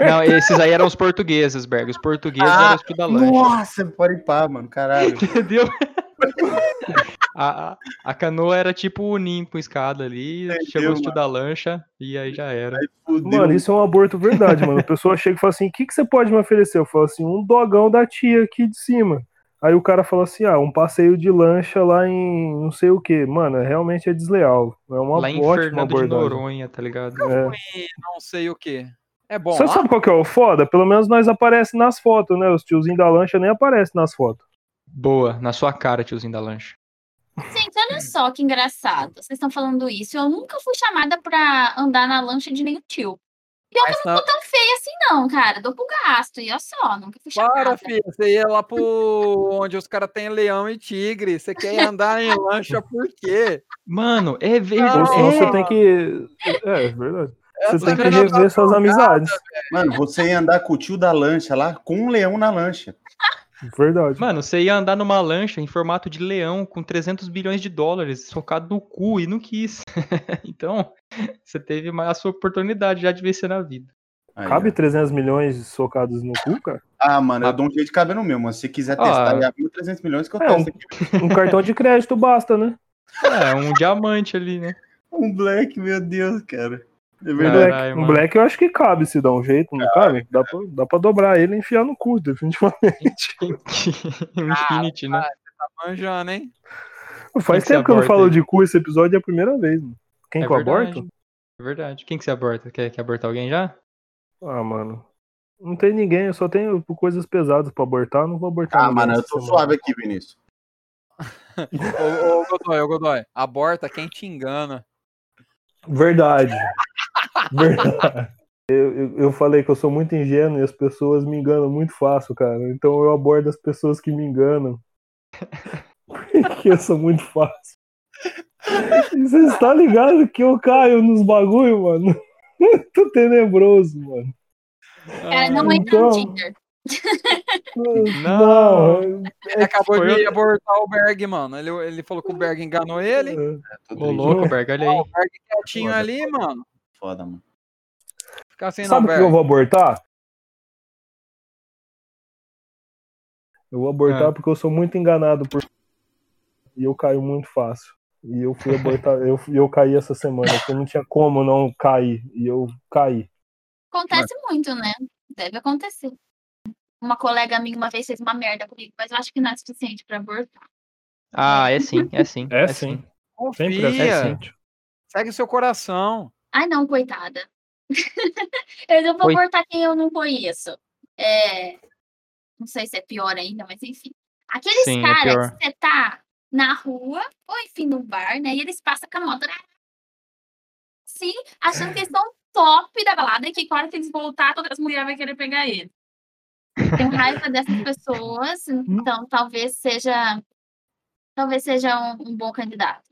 D: Não, esses aí eram os portugueses, Berg. Os portugueses
B: Ah,
D: eram os tio da lancha.
B: Nossa, pode pá, mano, caralho.
D: Entendeu? A, a- a canoa era tipo o ninho com escada ali, chegou o tio da lancha e aí já era.
B: Fudeu.
A: Mano, isso é um aborto verdade, mano. A pessoa chega e fala assim: o que, que você pode me oferecer? Eu falo assim: um dogão da tia aqui de cima. Aí o cara fala assim: ah, um passeio de lancha lá em não sei o que. Mano, realmente é desleal. É uma
D: Lá em
A: ótima
D: Fernando de
A: abordagem.
D: Noronha, tá ligado?
A: É.
E: Não sei o que. É bom.
A: Você
E: lá?
A: sabe qual que é o foda? Pelo menos nós aparece nas fotos, né? Os tiozinhos da lancha nem aparecem nas fotos.
D: Boa, na sua cara, tiozinho da lancha.
G: Gente, olha só que engraçado. Vocês estão falando isso. Eu nunca fui chamada pra andar na lancha de nenhum tio.
E: Mas
G: Não
E: na-
G: tô tão feia assim, não, cara. Dou pro gasto. E olha só, nunca fui chamada.
E: Para, filho. Você ia lá pro onde os caras têm leão e tigre. Você quer andar em lancha por quê?
D: Mano, é
C: Ah,
D: verdade.
A: Ou senão
E: é.
A: você tem que. É, é verdade.
E: Eu
A: Você
E: tô
A: tem que
E: vendo a
A: rever suas amizades.
B: Mano, você ia andar com o tio da lancha lá, com um leão na lancha.
A: Verdade.
D: Mano, você ia andar numa lancha em formato de leão com 300 bilhões de dólares socado no cu e não quis. então, você teve mais a sua oportunidade já de vencer na vida.
B: Aí,
A: Cabe
B: ó.
A: 300 milhões socados no cu, cara?
B: Ah, mano, eu dou um jeito de caber no meu, mano. Se quiser testar,
D: Ah.
B: ah, 1.300 milhões que eu
A: É,
B: testo aqui.
A: Um cartão de crédito basta, né?
D: É, um diamante ali, né?
B: Um black, meu Deus, cara. É
A: Um
B: verdade.
A: black,
D: Caralho,
A: um
D: mano.
A: black eu acho que cabe se dá um jeito, não cabe? Dá pra, dá pra dobrar ele e enfiar no cu, definitivamente.
D: um infinity, né?
E: Manjando, hein?
A: Faz
D: que você
A: tempo que eu não
D: aborta
A: falo
D: aí?
A: de cu esse episódio, é a primeira vez. Mano. Quem
D: É
A: que eu
D: verdade.
A: aborto?
D: É verdade. Quem que você aborta? Quer, quer abortar alguém já?
A: Ah, mano. Não tem ninguém, eu só tenho coisas pesadas pra abortar, eu não vou abortar.
B: Ah,
A: ninguém
B: mano, eu
A: essa
B: tô
A: semana.
B: suave aqui, Vinícius.
E: Ô, ô, Godoy, ô, Godoy. Aborta quem te engana.
A: Verdade. Verdade. Eu, eu, eu falei que eu sou muito ingênuo e as pessoas me enganam muito fácil, cara. Então eu abordo as pessoas que me enganam. Porque eu sou muito fácil. E Você está ligado que eu caio nos bagulho, mano? Muito tenebroso, mano.
G: Cara, não entra no
A: então.
G: Tinder.
A: Não.
E: Ele acabou
D: foi
E: de abortar o Berg, mano. Ele, ele falou que o Berg enganou ele.
D: Ô, louco, Berg, olha aí.
E: O Berg quietinho
B: Foda.
E: ali, mano.
B: Foda, mano.
E: Fica assim, não,
A: Sabe o que
E: Berg.
A: eu vou abortar? Eu vou abortar
D: Ah.
A: porque eu sou muito enganado por. E eu caio muito fácil. E eu fui abortar, eu, fui- eu caí essa semana, porque não tinha como não cair. E eu caí.
G: Acontece muito, né? Deve acontecer. Uma colega minha uma vez fez uma merda comigo, mas eu acho que não é suficiente pra abortar.
D: Ah, é sim, é sim.
A: É sim. é assim,
E: Confia. Segue seu coração.
G: Ai, Ah, não, coitada. eu não vou
D: Oi.
G: abortar quem eu não conheço. É, Não sei se é pior ainda, mas enfim. Aqueles
D: Sim, é
G: caras
D: pior.
G: que você tá na rua, ou enfim, no bar, né? E eles passam com a moto. né? Sim, achando que eles são top da balada e que na hora que eles voltar, todas as mulheres vão querer pegar eles. Tenho raiva dessas pessoas, então talvez seja. Talvez seja um, um bom candidato.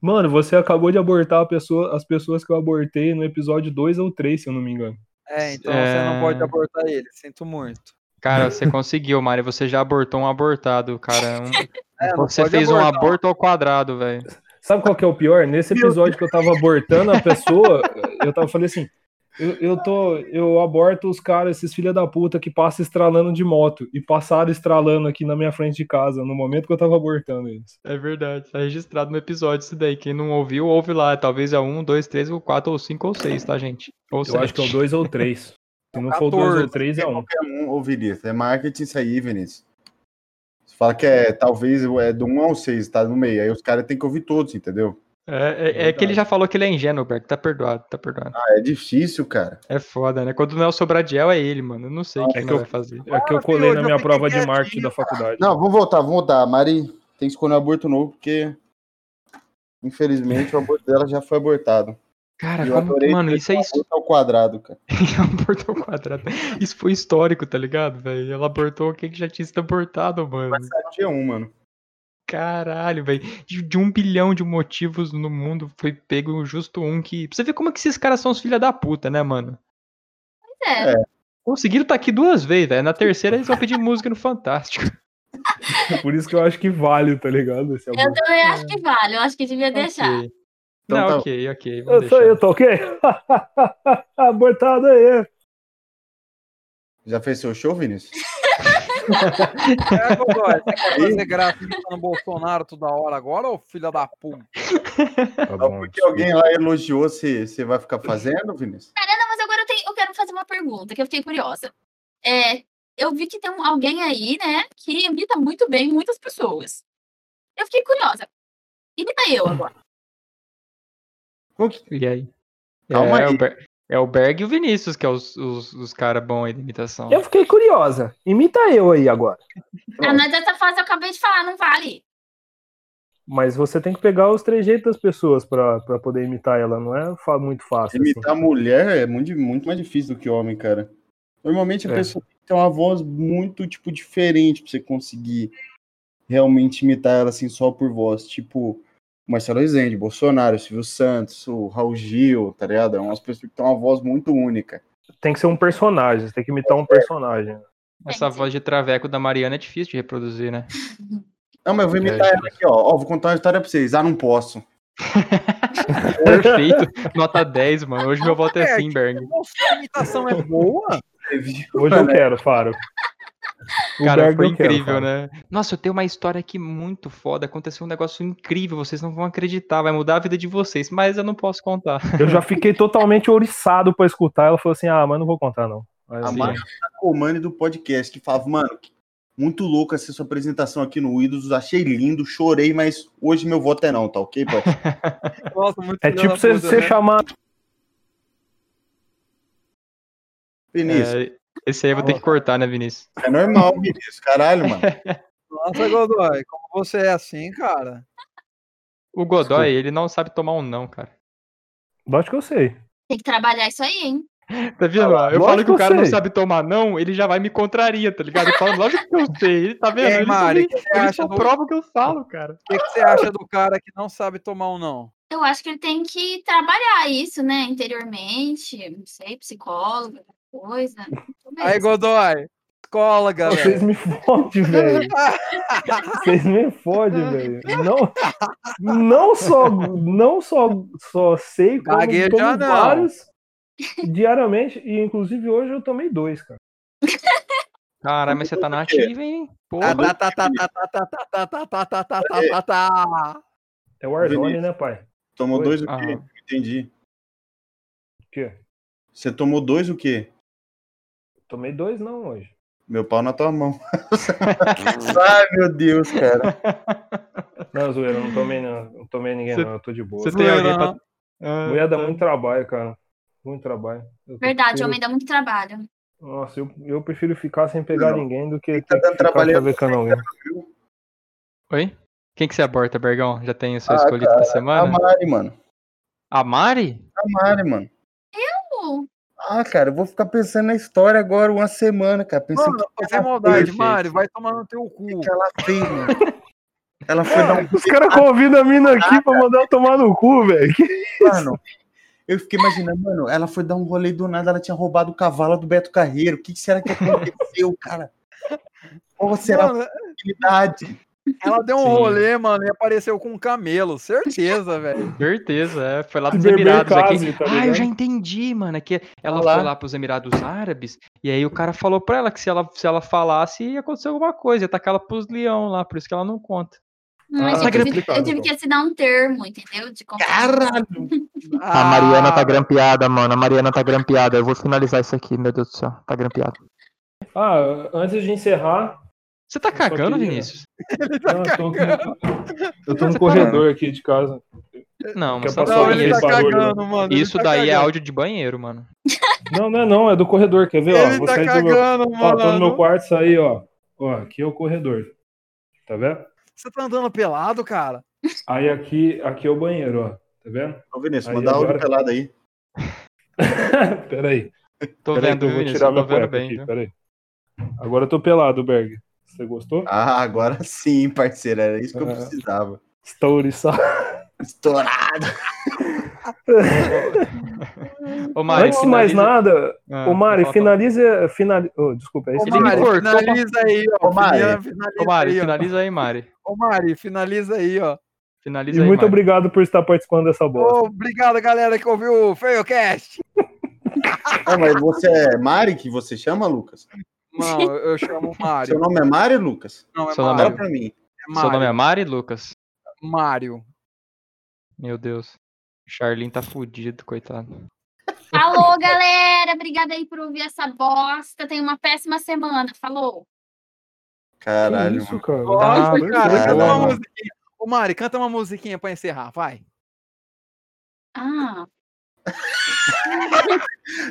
A: Mano, você acabou de abortar a pessoa- as pessoas que eu abortei no episódio 2 ou 3, se eu não me engano.
E: É, então você
D: É.
E: não pode abortar ele. Sinto muito.
D: Cara, você conseguiu, Mari. Você já abortou um abortado, cara. Um-
E: É, não
D: você
E: pode
D: fez um
E: abortar.
D: aborto ao quadrado, velho.
A: Sabe qual que é o pior? Nesse episódio que eu tava abortando a pessoa, eu tava falei assim: Eu, eu tô, eu aborto os caras, esses filha da puta que passa estralando de moto e passaram estralando aqui na minha frente de casa no momento que eu tava abortando eles.
D: É verdade, tá registrado no episódio isso daí. Quem não ouviu, ouve lá. Talvez é um, dois, três, ou quatro, ou cinco, ou seis, tá, gente? Ou
A: Eu acho que é o dois ou três. Se não for o dois ou
B: 14,
A: três, é um.
B: Qualquer um ouviria. É marketing isso aí, Vinícius. Você fala que é, talvez, é do 1 ao 6, tá no meio. Aí os caras têm que ouvir todos, entendeu?
D: É, é- é que ele já falou que ele é ingênuo, Berto. Tá perdoado, tá perdoado.
B: Ah, é difícil, cara.
D: É foda, né? Quando não é o Sobradiel, é ele, mano. Eu não sei o que,
A: é
D: ele
A: que eu-
D: vai fazer.
A: É que eu colei na minha prova de marketing da faculdade.
B: Não, vamos voltar, vamos voltar. A Mari tem que escolher um aborto novo, porque infelizmente o aborto dela já foi abortado.
D: Cara,
B: E eu
D: como,
B: adorei
D: mano,
B: ter
D: isso é
B: um
D: isso.
B: aborto ao quadrado, cara.
D: Ela abortou o quadrado. Isso foi histórico, tá ligado, velho? Ela abortou o que que já tinha sido abortado, mano.
B: Mas é um, mano.
D: Caralho, velho. De, de um bilhão de motivos no mundo, foi pego justo um que. Pra você ver como é que esses caras são os filha da puta, né, mano?
G: É.
D: Conseguiram tá aqui duas vezes, velho. Na terceira eles vão pedir música no Fantástico.
A: Por isso que eu acho que vale, tá ligado? Esse
G: Eu
A: aborto.
G: também acho que vale, eu acho que devia deixar.
D: É, Ok.
B: Então
D: Não,
B: tá.
D: ok, ok. vamos
A: Eu sou
D: deixar.
A: eu, tô ok? Abortado é aí.
B: Já fez seu show, Vinícius?
E: É, Godoy, você quer fazer grafita no Bolsonaro toda hora agora, ô filha da puta?
A: Tá
B: Só porque alguém lá elogiou, você você vai ficar fazendo, Vinícius?
G: Não, mas agora eu, tenho- eu quero fazer uma pergunta, que eu fiquei curiosa. É, eu vi que tem um- alguém aí, né, que imita muito bem muitas pessoas. Eu fiquei curiosa. Imita
A: Hum,
G: eu agora.
D: E aí?
B: Calma
D: é,
B: aí.
D: O Ber- é o Berg e o Vinícius, que é os, os, os caras bons aí da imitação.
A: Eu fiquei curiosa. Imita eu aí agora.
G: Ah, mas essa fase eu acabei de falar, não vale.
A: Mas você tem que pegar os trejeitos das pessoas pra, pra poder imitar ela. Não é fa- muito fácil. assim.
B: Imitar mulher é muito, muito mais difícil do que homem, cara. Normalmente a
A: É.
B: pessoa tem uma voz muito, tipo, diferente pra você conseguir realmente imitar ela, assim, só por voz. Tipo, Marcelo Rezende, Bolsonaro, Silvio Santos, o Raul Gil, tá ligado? É umas pessoas que têm uma voz muito única.
A: Tem que ser um personagem. Você tem que imitar um personagem.
D: Essa
G: Entendi.
D: voz de traveco da Mariana é difícil de reproduzir, né?
A: É
B: Não, mas eu vou imitar ela aqui, ó. Ó, vou contar uma história pra vocês. Ah, não posso.
C: é
D: Perfeito. Nota 10, mano. Hoje meu voto é
E: É,
D: sim, Berg.
E: Nossa, a imitação é boa?
A: Hoje eu quero, Faro. O
D: Cara,
A: Berg
D: foi
A: eu quero,
D: incrível,
A: Faro.
D: né? Nossa, eu tenho uma história aqui muito foda. Aconteceu um negócio incrível, vocês não vão acreditar. Vai mudar a vida de vocês, mas eu não posso contar.
A: Eu já fiquei totalmente ouriçado pra escutar. Ela falou assim: ah, mas não vou contar, não. Aí assim, eu-
E: Ah,
B: A
D: Sim.
B: Mari Comani do podcast, que falava, mano, muito louco essa sua apresentação aqui no Ídolos, achei lindo, chorei, mas hoje meu voto é não, tá ok, pai?
E: Nossa, muito
A: é
E: filha
A: tipo
E: da
A: você,
E: puta,
A: você
E: né?
A: chamar.
B: Vinícius,
D: É, esse aí eu vou ter que cortar, né, Vinícius?
B: é, normal, Vinícius, caralho, mano.
E: Nossa, Godoy, como você é assim, cara?
D: O Godoy, ele não sabe tomar um não, cara.
A: Lógico que eu sei.
G: Tem que trabalhar isso aí, hein?
D: Tá vendo? ó? eu
A: lógico
D: falo que o
A: que eu
D: cara não
A: sei.
D: sabe tomar não, ele já vai e me contraria, tá ligado? Eu falo, lógico que eu sei. Ele tá vendo?
E: Ei,
D: ele só
E: Mari,
D: me-
E: o que, você
D: ele
E: acha
D: só
E: do-
D: prova o que eu falo, cara.
E: o que que você acha do cara que não sabe tomar um não?
G: Eu acho que ele tem que trabalhar isso, né, interiormente, não sei, psicólogo, alguma coisa. Tudo
A: Ah,
G: bem.
A: é
E: Aí, Godoy, escola, galera.
A: Vocês me fodem, velho. Vocês me fodem, velho. Não, não só, não só, só sei como
E: Gagueja
A: tomo
E: não.
A: vários diariamente e inclusive hoje eu tomei dois, cara.
D: Caralho, mas você tá na ativa, hein? Porra.
C: Ah,
F: Ah,
E: Tá, tá, tá, tá, tá, tá, tá, tá, tá, tá, tá, tá, tá, tá, tá.
A: É o Ardone,
B: Vinícius.
A: né, pai?
B: Tomou
A: Oi?
B: dois o
D: Ah.
B: quê? Não Entendi.
A: O quê?
B: Você tomou dois o quê?
A: Tomei dois não hoje.
B: Meu pau na tua mão. Ai, meu Deus, cara.
A: Não, zoeira, eu não tomei não, não tomei ninguém
D: Você-
A: não, eu tô de boa.
D: Você tem alguém pra.
E: Zoeira.
D: Ah,
A: Mulher dá
D: tá.
A: muito trabalho, cara. Muito trabalho. Eu tô-
G: Verdade,
A: eu-
G: homem dá muito trabalho.
A: Nossa, eu, eu prefiro ficar sem pegar
B: Não.
A: ninguém do que
B: Ele
A: ter
B: tá
A: que
B: dando
A: ficar
B: trabalho.
A: chavecando alguém.
D: Oi? Quem que você aborta, Bergão? Já tem o seu
B: Ah,
D: escolhido da semana?
B: A Mari, mano.
D: A Mari?
B: A Mari, mano.
G: Uh,
B: Ah, cara, eu vou ficar pensando na história agora uma semana, cara. Pensando
E: Mano, fazer maldade, tipo.
D: Perfeito.
E: Mário, vai tomar no teu cu.
B: o que ela fez, mano. Ela foi dar um
A: Os caras convidam a mina aqui pra mandar eu tomar no cu, velho. Que-
B: mano. Eu fiquei imaginando, mano, ela foi dar um rolê do nada, ela tinha roubado o cavalo do Beto Carreiro. O que que será que aconteceu, cara? Qual será a
E: Mano,
B: possibilidade?
E: Ela deu um
C: Sim.
E: rolê, mano, e apareceu com um camelo. Certeza, velho.
C: Certeza, é. Foi lá pros
A: Beber
C: Emirados
A: case,
C: aqui.
A: tá
C: ah, eu
A: ligado?
C: já entendi, mano. É que ela
E: Olha lá.
C: foi lá pros Emirados Árabes e aí o cara falou pra ela que se ela, se ela falasse ia acontecer alguma coisa, ia tacar ela pros leão lá, por isso que ela não conta.
G: Mas
A: Ah,
G: é eu, tive,
A: complicado,
G: eu tive
A: então.
G: que assinar um termo, entendeu? De compra.
H: A Mariana
A: Ah.
H: tá grampeada, mano. A Mariana tá grampeada. Eu vou finalizar isso aqui, meu Deus do céu. Tá grampeada.
A: Ah, antes de encerrar,
C: Você tá cagando,
A: queria-
C: Vinícius?
E: tá
A: não,
E: Ah,
A: eu, tô aqui- eu tô no corredor aqui de casa.
C: Não,
A: Quer
C: mas tá
A: passar
E: Não,
A: o
E: ele
A: Esse
C: isso,
E: tá
A: barulho.
E: cagando, mano. ele
C: isso
E: tá
C: daí é
E: cagando.
C: áudio de banheiro, mano.
A: Não, não é não, é do corredor, quer ver? ó,
E: Ele
A: vou
E: tá
A: sair do meu...
E: cagando,
A: Ó, tô no meu
E: mano.
A: quarto, saí, ó. Ó, aqui é o corredor. Tá vendo?
E: Você tá andando pelado, cara?
A: Aí aqui, aqui é o banheiro, ó. Tá vendo?
B: Ô, Vinícius,
A: Aí,
B: manda áudio
A: agora.
B: pelado aí.
A: Peraí.
C: Tô
A: Peraí que
C: vendo,
A: eu vou
C: Vinícius,
A: tirar
C: tô
A: meu
C: tá vendo
A: cueca
C: bem.
A: aqui,
C: viu?
A: peraí. Agora eu tô pelado, Berg. Você gostou?
B: Ah, agora sim, parceiro. Era isso que eu
A: É.
B: precisava.
A: Estou oriçado.
B: Estourado.
C: Ô, Mari,
A: Antes de mais
C: finaliza-
A: nada,
C: Ah,
A: ô Mari,
C: fala, fala.
A: finaliza. Final... Ô, desculpa, é
E: Ô,
A: isso
C: Ele me
E: Mari,
A: aí.
C: cortou
E: finaliza aí, ó.
B: Ô, Mari.
E: Finaliza- Finaliza,
C: Ô, Mari,
E: aí, ó.
C: finaliza aí, Mari.
E: Ô, Mari, finaliza aí, ó.
A: E
C: Finaliza aí,
A: muito
C: Mari.
A: obrigado por estar participando dessa bosta.
E: Ô, obrigado, galera, que ouviu o Feiocast.
B: Ah, mas você é Mari que você chama, Lucas?
E: Não, eu chamo o Mário.
B: Seu nome é Mari, Lucas?
E: Não, é
C: Seu nome
E: Mário.
B: Fala
C: Mário.
B: pra mim.
E: é
C: Seu nome
E: Mário.
C: é Mari, Lucas?
E: Mário.
C: Meu Deus. Charlin tá fudido, coitado.
G: Alô, galera! Obrigada aí por ouvir essa bosta. Tenha uma péssima semana. Falou!
A: Que
B: Caralho,
A: isso, cara?
C: Tá,
E: Nossa,
A: Ah,
E: cara,
A: cara,
E: canta
B: não,
E: uma
B: mano.
E: musiquinha. Ô, Mari, canta uma musiquinha pra encerrar, vai.
G: Ah,